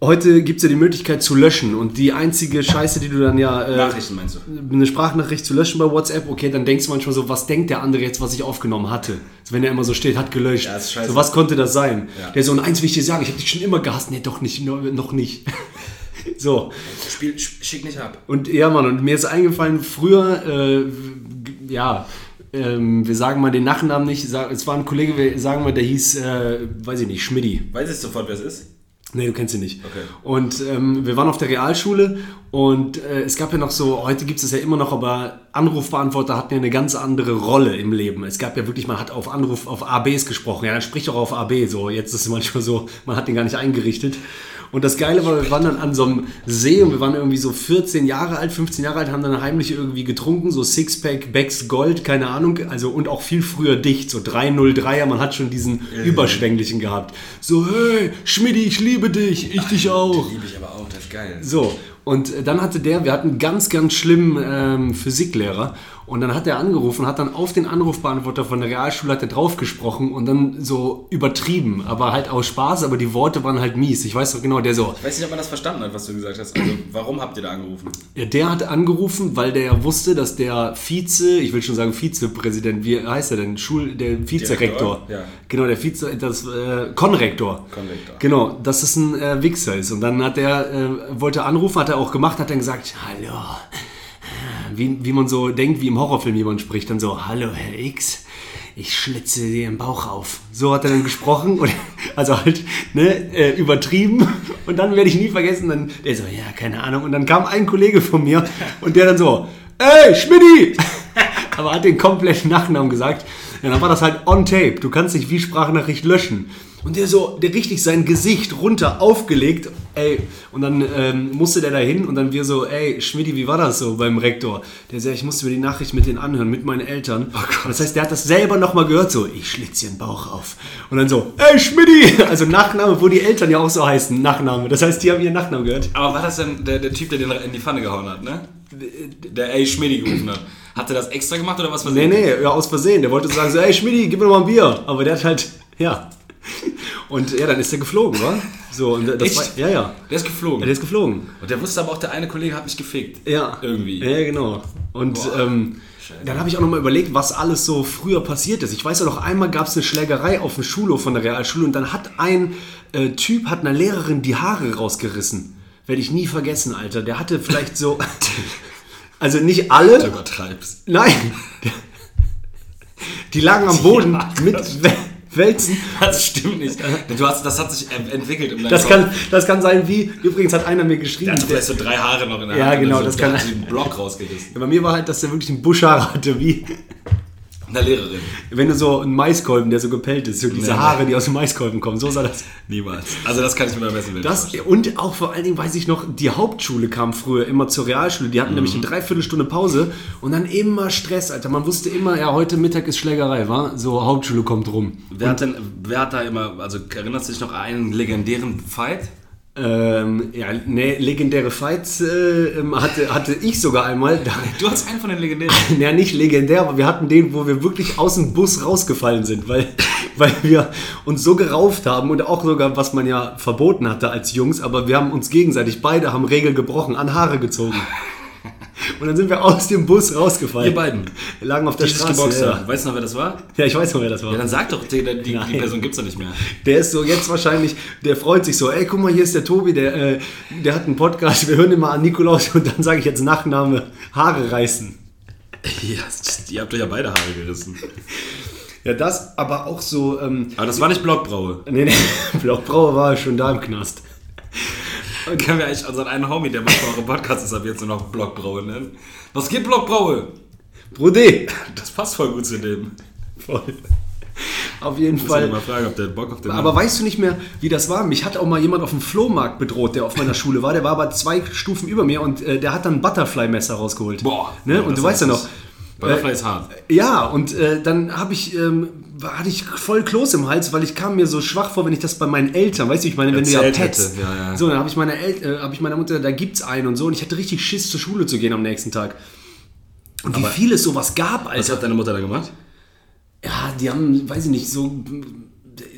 Speaker 1: Heute gibt es ja die Möglichkeit zu löschen und die einzige Scheiße, die du dann ja... Äh,
Speaker 2: Nachrichten meinst du?
Speaker 1: eine Sprachnachricht zu löschen bei WhatsApp, okay, dann denkst du manchmal so, was denkt der andere jetzt, was ich aufgenommen hatte? So, wenn er immer so steht, hat gelöscht.
Speaker 2: Ja, ist scheiße.
Speaker 1: so, was konnte das sein?
Speaker 2: Ja.
Speaker 1: Der so, und eins will ich dir sagen, ich habe dich schon immer gehasst. Nee, doch nicht, no- noch nicht. <laughs> so,
Speaker 2: Spiel, sch- schick nicht ab.
Speaker 1: und ja, Mann, und mir ist eingefallen, früher, äh, g- ja, ähm, wir sagen mal den Nachnamen nicht, sa- es war ein Kollege, wir sagen mal, der hieß, äh, weiß ich nicht, Schmiddi.
Speaker 2: Weiß ich sofort, wer es ist?
Speaker 1: Nee, du kennst ihn nicht.
Speaker 2: Okay.
Speaker 1: Und ähm, wir waren auf der Realschule und äh, es gab ja noch so, heute gibt es das ja immer noch, aber Anrufbeantworter hatten ja eine ganz andere Rolle im Leben. Es gab ja wirklich, man hat auf Anruf auf ABs gesprochen. Ja, dann sprich doch auf AB. So, jetzt ist es manchmal so, man hat den gar nicht eingerichtet. Und das Geile war, wir waren dann an so einem See und wir waren irgendwie so 14 Jahre alt, 15 Jahre alt, haben dann heimlich irgendwie getrunken, so Sixpack, Becks Gold, keine Ahnung, also und auch viel früher dicht, so 303er, man hat schon diesen überschwänglichen gehabt. So, hey, Schmidti, ich liebe dich, ich dich auch.
Speaker 2: Liebe ich aber auch, das ist geil.
Speaker 1: So, und äh, dann hatte der, wir hatten einen ganz, ganz schlimmen ähm, Physiklehrer und dann hat er angerufen, hat dann auf den Anrufbeantworter von der Realschule hat er draufgesprochen und dann so übertrieben, aber halt aus Spaß, aber die Worte waren halt mies. Ich weiß doch genau, der so,
Speaker 2: Ich weiß nicht, ob man das verstanden hat, was du gesagt hast. Also, warum habt ihr da angerufen?
Speaker 1: Ja, der hat angerufen, weil der ja wusste, dass der Vize, ich will schon sagen Vizepräsident, wie heißt er denn? Schul, der Vizerektor.
Speaker 2: Direktor, ja.
Speaker 1: Genau, der Vize, das äh, Konrektor.
Speaker 2: Konrektor.
Speaker 1: Genau, dass es ein äh, Wichser ist. Und dann hat er, äh, wollte anrufen, hat er auch gemacht, hat dann gesagt, hallo. Wie, wie man so denkt, wie im Horrorfilm jemand spricht, dann so, hallo Herr X, ich schlitze dir den Bauch auf. So hat er dann gesprochen, und, <laughs> also halt ne, äh, übertrieben. Und dann werde ich nie vergessen, dann der so, ja, keine Ahnung. Und dann kam ein Kollege von mir und der dann so, ey, Schmidti! <laughs> Aber hat den kompletten Nachnamen gesagt. Ja, dann war das halt on tape. Du kannst nicht wie Sprachnachricht löschen. Und der so, der richtig sein Gesicht runter aufgelegt, ey. Und dann ähm, musste der da hin und dann wir so, ey, Schmidti, wie war das so beim Rektor? Der sagt, ich musste mir die Nachricht mit denen anhören, mit meinen Eltern. Und das heißt, der hat das selber nochmal gehört, so, ich schlitz dir den Bauch auf. Und dann so, ey, Schmidti! <laughs> Also Nachname, wo die Eltern ja auch so heißen, Nachname. Das heißt, die haben ihren Nachnamen gehört.
Speaker 2: Aber war das denn der, der Typ, der den in die Pfanne gehauen hat, ne? Der A. Schmidti gerufen hat. Hat er das extra gemacht oder was war
Speaker 1: Nee, Äh, nee, ja, aus Versehen. Der wollte sagen so, ey Schmidti, gib mir mal ein Bier. Aber der hat halt, ja. Und ja, dann ist der geflogen, wa? So, und das
Speaker 2: Echt?
Speaker 1: war, ja, ja.
Speaker 2: Der ist geflogen.
Speaker 1: Ja, Der ist geflogen.
Speaker 2: Und der wusste aber auch, der eine Kollege hat mich gefickt.
Speaker 1: Ja.
Speaker 2: Irgendwie.
Speaker 1: Ja, genau. Und
Speaker 2: Boah.
Speaker 1: ähm, dann habe ich auch nochmal überlegt, was alles so früher passiert ist. Ich weiß ja noch, einmal gab es eine Schlägerei auf dem Schulhof von der Realschule und dann hat ein äh, Typ, hat einer Lehrerin die Haare rausgerissen. Werde ich nie vergessen, Alter. Der hatte vielleicht
Speaker 2: <laughs>
Speaker 1: so. Also nicht alle,
Speaker 2: Du übertreibst.
Speaker 1: Nein. Die lagen am Boden mit Wel- Wälzen.
Speaker 2: Das stimmt nicht. Du hast, das hat sich ähm, entwickelt. In deinem
Speaker 1: Das
Speaker 2: Kopf.
Speaker 1: kann, das kann sein wie, übrigens hat einer mir geschrieben,
Speaker 2: Der hat
Speaker 1: der,
Speaker 2: vielleicht so drei Haare noch in der
Speaker 1: Ja,
Speaker 2: Hand. oder <laughs>
Speaker 1: genau,
Speaker 2: so.
Speaker 1: das
Speaker 2: Der
Speaker 1: kann-
Speaker 2: Hat den Block rausgerissen.
Speaker 1: bei mir war halt, dass der wirklich einen Buschhaar hatte, wie,
Speaker 2: einer Lehrerin.
Speaker 1: Wenn du so einen Maiskolben, der so gepellt ist, so diese
Speaker 2: Ja.
Speaker 1: Haare, die aus dem Maiskolben kommen, so sah das.
Speaker 2: Niemals. Also das kann ich mir beim besten Willen
Speaker 1: Das, und auch vor allen Dingen weiß ich noch, die Hauptschule kam früher immer zur Realschule. Die hatten nämlich eine Dreiviertelstunde Pause und dann immer Stress, Alter. Man wusste immer, ja, heute Mittag ist Schlägerei, war So, Hauptschule kommt rum.
Speaker 2: Wer hat denn, wer hat da immer, also erinnerst du dich noch an einen legendären Fight?
Speaker 1: Ähm, ja, ne, legendäre Fights äh, ähm, hatte, hatte ich sogar einmal. Da, <laughs>
Speaker 2: Du hast einen von den legendären.
Speaker 1: ja, nicht legendär, aber wir hatten den, wo wir wirklich aus dem Bus rausgefallen sind, weil, <laughs> weil wir uns so gerauft haben und auch sogar, was man ja verboten hatte als Jungs, aber wir haben uns gegenseitig, beide haben Regeln gebrochen, an Haare gezogen. Und dann sind wir aus dem Bus rausgefallen.
Speaker 2: Ihr beiden?
Speaker 1: Wir lagen auf der
Speaker 2: Dieses
Speaker 1: Straße.
Speaker 2: geboxt
Speaker 1: Ja.
Speaker 2: haben. Weißt du noch, wer das war?
Speaker 1: ja, ich weiß noch, wer das war.
Speaker 2: Ja, dann sag doch, die, die, die
Speaker 1: Nein.
Speaker 2: Person gibt's doch nicht mehr.
Speaker 1: Der ist so jetzt wahrscheinlich, der freut sich so, ey, guck mal, hier ist der Tobi, der, äh, der hat einen Podcast, wir hören immer an Nikolaus und dann sage ich jetzt Nachname, Haare reißen.
Speaker 2: <laughs> Ja, ihr habt euch ja beide Haare gerissen.
Speaker 1: Ja, das aber auch so, ähm,
Speaker 2: Aber das war nicht Blockbraue.
Speaker 1: nee, nee, <laughs> Blockbrauer war schon da im Knast.
Speaker 2: Können wir eigentlich unseren einen Homie, der macht eure Podcasts, ist ab jetzt nur noch Blockbraue nennen. Was geht Blockbraue?
Speaker 1: Brudé.
Speaker 2: Das passt voll gut zu dem.
Speaker 1: Voll. Auf jeden
Speaker 2: Ich muss ihn mal
Speaker 1: Fall.
Speaker 2: fragen, ob der Bock auf den
Speaker 1: Aber
Speaker 2: hat.
Speaker 1: weißt du nicht mehr, wie das war? Mich hat auch mal jemand auf dem Flohmarkt bedroht, der auf meiner Schule war. Der war aber zwei Stufen über mir und äh, der hat dann ein Butterfly-Messer rausgeholt.
Speaker 2: Boah.
Speaker 1: Ne?
Speaker 2: Ja,
Speaker 1: und
Speaker 2: das
Speaker 1: du weißt ja
Speaker 2: ist-
Speaker 1: noch,
Speaker 2: Butterfly ist hart.
Speaker 1: Ja, und äh, dann habe ich, ähm, war- hatte ich voll Kloß im Hals, weil ich kam mir so schwach vor, wenn ich das bei meinen Eltern, weißt du, ich meine, wenn
Speaker 2: Erzählt
Speaker 1: du ja petzt.
Speaker 2: hätte, ja, ja.
Speaker 1: So, dann habe ich, meine El- äh, hab ich meiner Mutter, da gibt's einen und so, und ich hatte richtig Schiss, zur Schule zu gehen am nächsten Tag. Und wie viel es sowas gab,
Speaker 2: Was
Speaker 1: Alter.
Speaker 2: hat deine Mutter da gemacht?
Speaker 1: Ja, die haben, weiß ich nicht, so,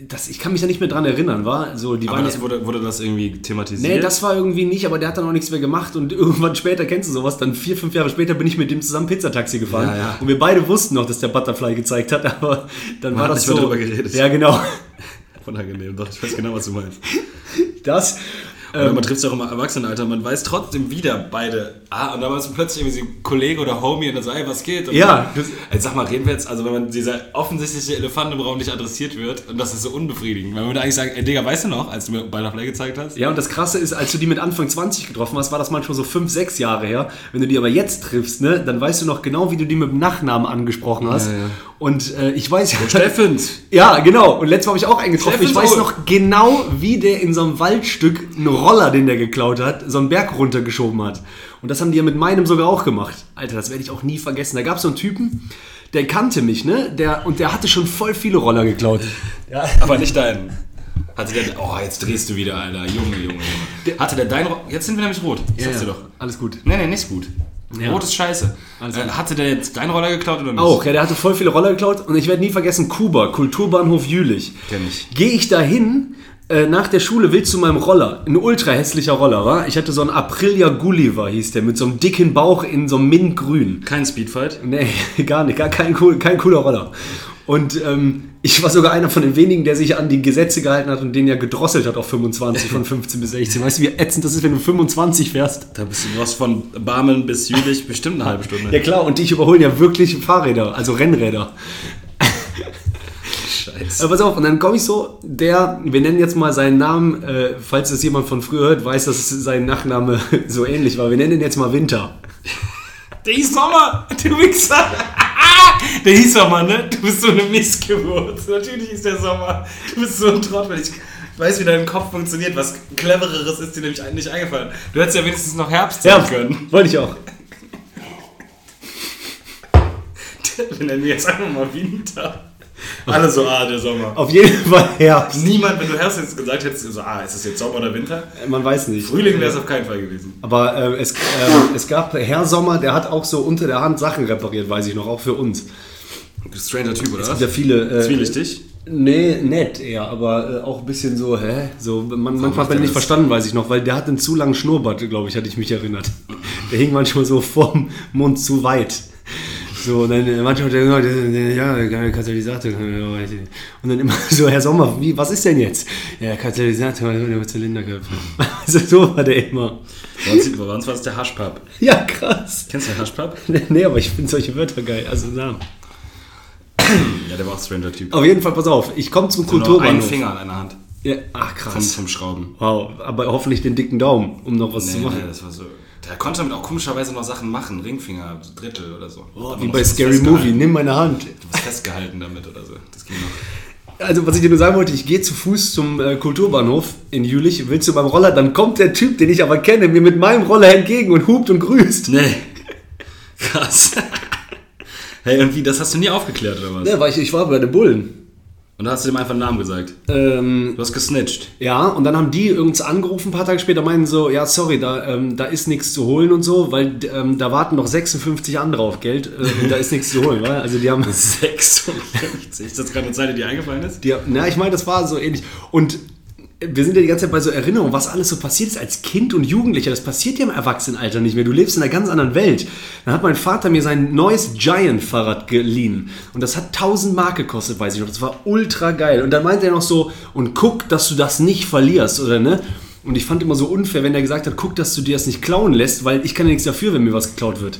Speaker 1: das, ich kann mich da nicht mehr dran erinnern, war so, die
Speaker 2: Aber
Speaker 1: waren...
Speaker 2: das wurde, wurde das irgendwie thematisiert?
Speaker 1: Nee, das war irgendwie nicht, aber der hat dann auch nichts mehr gemacht und <laughs> irgendwann später, kennst du sowas, dann vier, fünf Jahre später bin ich mit dem zusammen Pizzataxi gefahren
Speaker 2: Ja, ja.
Speaker 1: und wir beide wussten noch, dass der Butterfly gezeigt hat, <laughs> aber dann war
Speaker 2: hat
Speaker 1: das
Speaker 2: nicht
Speaker 1: so.
Speaker 2: mehr drüber geredet.
Speaker 1: Ja, genau. <laughs>
Speaker 2: Unangenehm, doch, ich weiß genau, was du meinst.
Speaker 1: Das,
Speaker 2: Und
Speaker 1: Ähm,
Speaker 2: man trifft sich auch im Erwachsenenalter, man weiß trotzdem wieder beide. Ah, und dann warst du plötzlich irgendwie so ein Kollege oder Homie und dann so, ey, was geht? Und
Speaker 1: Ja.
Speaker 2: Dann, also sag mal, reden wir jetzt, also wenn man dieser offensichtliche Elefant im Raum nicht adressiert wird, und das ist so unbefriedigend. Weil man würde eigentlich sagen, ey, Digga, weißt du noch, als du mir Butterfly gezeigt hast?
Speaker 1: ja, und das Krasse ist, als du die mit Anfang 20 getroffen hast, war das manchmal so fünf, sechs Jahre her. Wenn du die aber jetzt triffst, ne, dann weißt du noch genau, wie du die mit dem Nachnamen angesprochen hast. Und äh, ich weiß ja.
Speaker 2: Steffens!
Speaker 1: Ja, genau. Und letztes Mal habe ich auch eingetroffen.
Speaker 2: Steffen
Speaker 1: Ich weiß
Speaker 2: Sohl.
Speaker 1: noch genau, wie der in so einem Waldstück einen Roller, den der geklaut hat, so einen Berg runtergeschoben hat. Und das haben die ja mit meinem sogar auch gemacht. Alter, das werde ich auch nie vergessen. Da gab es so einen Typen, der kannte mich, ne? Der, und der hatte schon voll viele Roller geklaut.
Speaker 2: Aber nicht deinen. Hatte der, oh, jetzt drehst du wieder, Alter. Junge, Junge, Junge. Hatte der deinen, Ro- jetzt sind wir nämlich rot. Das sagst du doch.
Speaker 1: Alles gut.
Speaker 2: Nee, nee, nicht gut. Rot ist scheiße.
Speaker 1: Alles
Speaker 2: Äh,
Speaker 1: gut.
Speaker 2: hatte der jetzt deinen Roller geklaut oder nicht?
Speaker 1: Also. Auch, ja, der hatte voll viele Roller geklaut und ich werde nie vergessen, Kuba, Kulturbahnhof Jülich.
Speaker 2: Kenn ich.
Speaker 1: Gehe ich dahin, äh, nach der Schule will zu meinem Roller, ein ultra hässlicher Roller, war. Ich hatte so einen Aprilia Gulliver, hieß der, mit so einem dicken Bauch in so einem Mintgrün.
Speaker 2: Kein Speedfight.
Speaker 1: Nee, <laughs> gar nicht, gar kein, cool, kein cooler Roller. Und ähm, ich war sogar einer von den wenigen, der sich an die Gesetze gehalten hat und den ja gedrosselt hat auf 25 von 15 bis 16. Weißt du, wie ätzend das ist, wenn du 25 fährst?
Speaker 2: Da bist du, du hast von Barmen bis Jülich bestimmt eine halbe Stunde.
Speaker 1: Ja klar, und dich überholen ja wirklich Fahrräder, also Rennräder.
Speaker 2: Scheiße.
Speaker 1: Aber pass auf, und dann komme ich so, der, wir nennen jetzt mal seinen Namen, äh, falls das jemand von früher hört, weiß, dass sein Nachname <laughs> so ähnlich war. Wir nennen ihn jetzt mal Winter.
Speaker 2: Der hieß Sommer, <laughs> du Wichser. Der hieß Sommer, ne? Du bist so eine Missgeburt. Natürlich ist der Sommer. Du bist so ein Trottel. Ich weiß, wie dein Kopf funktioniert. Was clevereres ist dir nämlich nicht eingefallen. Du hättest ja wenigstens noch Herbst sein können. <laughs>
Speaker 1: wollte ich auch.
Speaker 2: Wir nennen ihn jetzt einfach mal Winter. Alle so, ah, der Sommer.
Speaker 1: Auf jeden <laughs> Fall Herbst.
Speaker 2: Niemand, wenn du Herbst jetzt gesagt hättest, so, ah, ist es jetzt Sommer oder Winter?
Speaker 1: Äh, Man weiß nicht.
Speaker 2: Frühling wäre es auf keinen Fall gewesen.
Speaker 1: Aber äh, es, äh, es gab Herr Sommer, der hat auch so unter der Hand Sachen repariert, weiß ich noch, auch für uns.
Speaker 2: Du bist stranger Typ, oder
Speaker 1: Ja,
Speaker 2: was?
Speaker 1: viele. Äh,
Speaker 2: Zwielichtig.
Speaker 1: Nee, nett eher, aber äh, auch ein bisschen so, hä? So, man, manchmal
Speaker 2: macht
Speaker 1: hat man
Speaker 2: er
Speaker 1: ihn nicht
Speaker 2: das?
Speaker 1: verstanden, weiß ich noch, weil der hat einen zu langen Schnurrbart, glaube ich, hatte ich mich erinnert. Der hing manchmal so vorm Mund zu weit. So, und dann äh, manchmal hat er gesagt, äh, ja, Katalysator. äh, weiß ich nicht. Und dann immer <laughs> so, Herr Sommer, wie, was ist denn jetzt? Ja, Katalysator, äh, Zylinderköpfe. <laughs> Also so war der immer.
Speaker 2: Bei uns, bei uns war es der Haschpap.
Speaker 1: Ja, krass. <laughs>
Speaker 2: Kennst du den Haschpap?
Speaker 1: Nee, aber ich finde solche Wörter geil. Also Namen.
Speaker 2: Ja, der war auch stranger Typ.
Speaker 1: Auf jeden Fall, pass auf, ich komme zum
Speaker 2: Nur einen
Speaker 1: Kulturbahnhof.
Speaker 2: Finger an einer Hand.
Speaker 1: Ja, ach
Speaker 2: Vom,
Speaker 1: krass.
Speaker 2: vom Schrauben.
Speaker 1: Wow, aber hoffentlich den dicken Daumen, um noch was zu
Speaker 2: Nee,
Speaker 1: machen.
Speaker 2: nee, das war so. Da konnte man auch komischerweise noch Sachen machen. Ringfinger, so Drittel oder so.
Speaker 1: Oh,
Speaker 2: Hat
Speaker 1: wie
Speaker 2: man
Speaker 1: bei
Speaker 2: noch was
Speaker 1: Scary
Speaker 2: festgehalten.
Speaker 1: Movie, nimm meine Hand.
Speaker 2: Du bist festgehalten damit oder so. Das ging noch.
Speaker 1: Also, was ich dir nur sagen wollte, ich gehe zu Fuß zum äh, Kulturbahnhof in Jülich, willst du beim Roller, dann kommt der Typ, den ich aber kenne, mir mit meinem Roller entgegen und hupt und grüßt.
Speaker 2: Nee. Krass. <laughs> Hey, und wie, das hast du nie aufgeklärt oder was?
Speaker 1: Ne, war ich, ich war bei den Bullen.
Speaker 2: Und da hast du dem einfach einen Namen gesagt.
Speaker 1: Ähm,
Speaker 2: Du hast <laughs> gesnitcht.
Speaker 1: ja, und dann haben die irgendwas angerufen, ein paar Tage später, meinen so, ja, sorry, da, ähm, da ist nichts zu holen und so, weil ähm, da warten noch 56 andere auf Geld äh, und da ist nichts zu holen. wa? Also die haben...
Speaker 2: 56. Ist das gerade eine Zeit, die dir eingefallen ist?
Speaker 1: Die, na, ich meine, das war so ähnlich. Und wir sind ja die ganze Zeit bei so Erinnerungen, was alles so passiert ist als Kind und Jugendlicher. Das passiert ja im Erwachsenenalter nicht mehr. Du lebst in einer ganz anderen Welt. Dann hat mein Vater mir sein neues Giant-Fahrrad geliehen. Und das hat 1000 Mark gekostet, weiß ich noch. Das war ultra geil. Und dann meinte er noch so, und guck, dass du das nicht verlierst, oder ne? Und ich fand immer so unfair, wenn er gesagt hat, guck, dass du dir das nicht klauen lässt, weil ich kann ja nichts dafür, wenn mir was geklaut wird.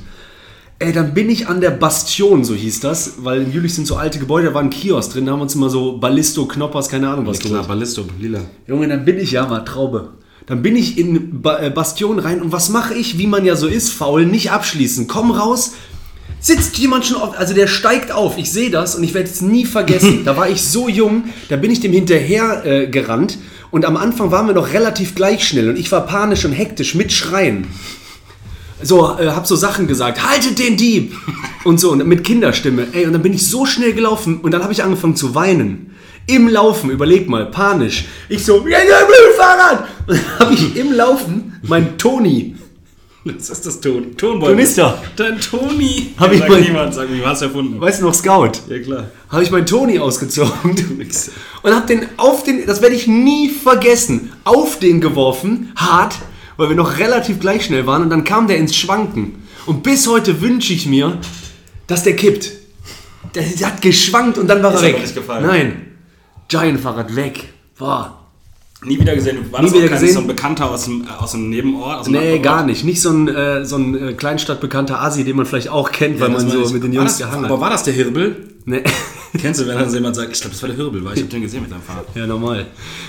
Speaker 1: Ey, dann bin ich an der Bastion, so hieß das, weil in Jülich sind so alte Gebäude, da war ein Kiosk drin, da haben wir uns immer so Ballisto, Knoppers, keine Ahnung was geholt.
Speaker 2: Ballisto, lila.
Speaker 1: Junge, dann bin ich ja mal Traube. Dann bin ich in ba äh, Bastion rein und was mache ich, wie man ja so ist, faul, nicht abschließen. Komm raus, sitzt jemand schon auf, also der steigt auf, ich sehe das und ich werde es nie vergessen. da war ich so jung, da bin ich dem hinterher äh, gerannt und am Anfang waren wir noch relativ gleich schnell und ich war panisch und hektisch mit Schreien. So, äh, hab so Sachen gesagt, haltet den Dieb! Und so, und mit Kinderstimme. Ey, und dann bin ich so schnell gelaufen und dann habe ich angefangen zu weinen. Im Laufen, überleg mal, panisch. Ich so, ja, ja, mein Fahrrad! Und dann habe ich im Laufen mein Toni.
Speaker 2: Das ist das Ton. Tonbeutel.
Speaker 1: Tonister.
Speaker 2: Dein Toni.
Speaker 1: Hab ich
Speaker 2: Sag
Speaker 1: mal-
Speaker 2: niemand, sag mir, hast du erfunden.
Speaker 1: Weißt du noch, Scout?
Speaker 2: Ja, klar.
Speaker 1: habe ich meinen Toni ausgezogen und habe den auf den, das werde ich nie vergessen, auf den geworfen, hart, weil wir noch relativ gleich schnell waren und dann kam der ins Schwanken. Und bis heute wünsche ich mir, dass der kippt. Der, der hat geschwankt und dann war er
Speaker 2: Ist aber
Speaker 1: weg.
Speaker 2: nicht gefallen.
Speaker 1: Nein, Giant-Fahrrad weg. Boah.
Speaker 2: Nie wieder gesehen. War
Speaker 1: Nie
Speaker 2: das
Speaker 1: wieder
Speaker 2: auch kein,
Speaker 1: gesehen.
Speaker 2: so ein Bekannter aus dem, äh, aus dem Nebenort? Aus dem
Speaker 1: Nee,
Speaker 2: Nachbarort?
Speaker 1: gar nicht. Nicht so ein, äh, so ein äh, kleinstadtbekannter Asi, den man vielleicht auch kennt, weil
Speaker 2: Das
Speaker 1: man
Speaker 2: meine
Speaker 1: so
Speaker 2: ich.
Speaker 1: mit den
Speaker 2: War
Speaker 1: Jungs
Speaker 2: das-
Speaker 1: gehangen
Speaker 2: Aber
Speaker 1: hat.
Speaker 2: war das der Hirbel?
Speaker 1: Nee. <laughs>
Speaker 2: Kennst du, wenn dann jemand sagt, ich glaube, das war der Hirbel, weil ich habe den gesehen mit deinem Fahrrad.
Speaker 1: Ja, normal.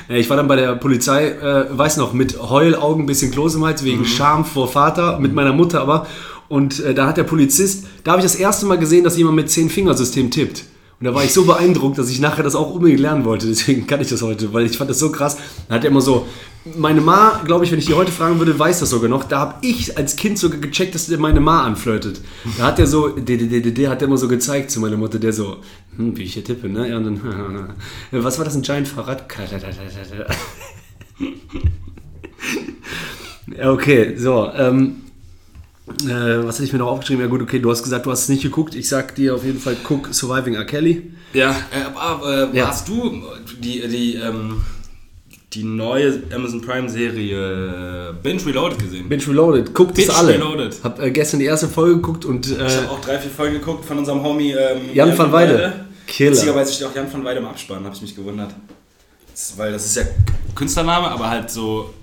Speaker 1: Ja, Ich war dann bei der Polizei, äh, weiß noch, mit Heulaugen, bisschen Kloß im Hals, wegen Scham vor Vater, mit meiner Mutter aber. Und äh, da hat der Polizist, da habe ich das erste Mal gesehen, dass jemand mit Zehn-Fingersystem tippt. Und da war ich so beeindruckt, dass ich nachher das auch unbedingt lernen wollte. Deswegen kann ich das heute, weil ich fand das so krass. Da hat er immer so, meine Ma, glaube ich, wenn ich die heute fragen würde, weiß das sogar noch. Da habe ich als Kind sogar gecheckt, dass der meine Ma anflirtet. Da hat er so, d- d- d- d- d- hat er immer so gezeigt zu meiner Mutter, der so, hm, wie ich hier tippe, ne? Ja, und dann, <laughs> was war das, ein Giant Fahrrad? <laughs> Ja, Okay, so, ähm, äh, was hatte ich mir noch aufgeschrieben? Ja gut, okay, du hast gesagt, du hast es nicht geguckt. Ich sag dir auf jeden Fall, guck Surviving R. Kelly.
Speaker 2: Ja, äh, aber äh,
Speaker 1: Ja.
Speaker 2: hast du die, die, ähm, die neue Amazon Prime-Serie äh, Binge Reloaded gesehen?
Speaker 1: Binge Reloaded, guckt es
Speaker 2: Binge
Speaker 1: alle.
Speaker 2: Reloaded.
Speaker 1: Hab äh, gestern die erste Folge geguckt und
Speaker 2: Ich
Speaker 1: äh,
Speaker 2: habe auch drei, vier Folgen geguckt von unserem Homie ähm,
Speaker 1: Jan van Weide. Killer.
Speaker 2: Witzigerweise steht auch Jan van Weide im Abspann, habe ich mich gewundert. Das, weil das ist ja Künstlername, aber halt so.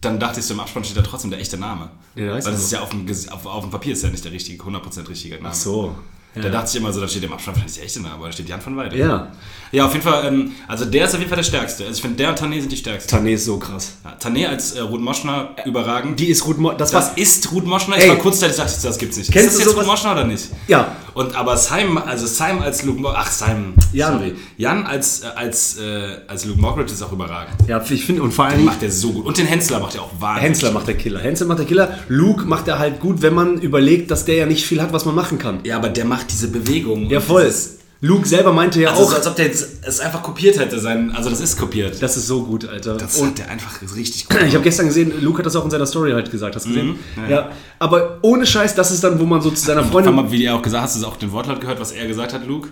Speaker 2: Dann dachte ich so, im Abspann steht da trotzdem der echte Name.
Speaker 1: Ja,
Speaker 2: weil
Speaker 1: ist
Speaker 2: das
Speaker 1: so.
Speaker 2: ist ja auf dem, Ges- auf, auf dem Papier ist ja nicht der richtige, 100% richtige Name.
Speaker 1: so.
Speaker 2: Da dachte ich immer so, da steht im Abspann vielleicht nicht der echte Name, aber da steht Jan van Weide.
Speaker 1: Ja.
Speaker 2: Ja, auf jeden Fall, ähm, also der ist auf jeden Fall der Stärkste. Also ich finde, der und Tané sind die Stärksten.
Speaker 1: Tané ist so krass.
Speaker 2: Ja, Tané als äh, Ruth Moschner überragend.
Speaker 1: Die ist Ruth Mo das,
Speaker 2: das
Speaker 1: was
Speaker 2: ist Ruth Moschner.
Speaker 1: Ey.
Speaker 2: Ich war kurzzeitig, dachte ich, das gibt's nicht.
Speaker 1: Kennst
Speaker 2: ist das
Speaker 1: du
Speaker 2: jetzt
Speaker 1: sowas-
Speaker 2: Ruth Moschner oder nicht?
Speaker 1: Ja.
Speaker 2: Und aber Simon, also Simon als Luke, Mo- ach Simon,
Speaker 1: Jan.
Speaker 2: sorry, Jan als äh, als äh, als Luke Mockridge ist auch überragend.
Speaker 1: Ja, ich finde und vor allem
Speaker 2: Macht er so gut. Und den Hensler macht er auch wahnsinnig.
Speaker 1: Hensler macht der Killer. Hensler macht der Killer. Luke macht er halt gut, wenn man überlegt, dass der ja nicht viel hat, was man machen kann.
Speaker 2: Ja, aber der macht diese Bewegung.
Speaker 1: Ja, voll. Luke selber meinte ja
Speaker 2: Also auch,
Speaker 1: auch,
Speaker 2: so, als ob der jetzt es einfach kopiert hätte. Sein, also das ist kopiert.
Speaker 1: das ist so gut, Alter.
Speaker 2: Das
Speaker 1: und
Speaker 2: hat der einfach richtig
Speaker 1: <clears throat>
Speaker 2: gut.
Speaker 1: Ich habe gestern gesehen, Luke hat das auch in seiner Story halt gesagt, hast du gesehen? ja. aber ohne Scheiß, das ist dann, wo man so zu seiner
Speaker 2: Vor
Speaker 1: Freundin.
Speaker 2: allem, wie du auch gesagt hast, hast du auch den Wortlaut gehört, was er gesagt hat, Luke.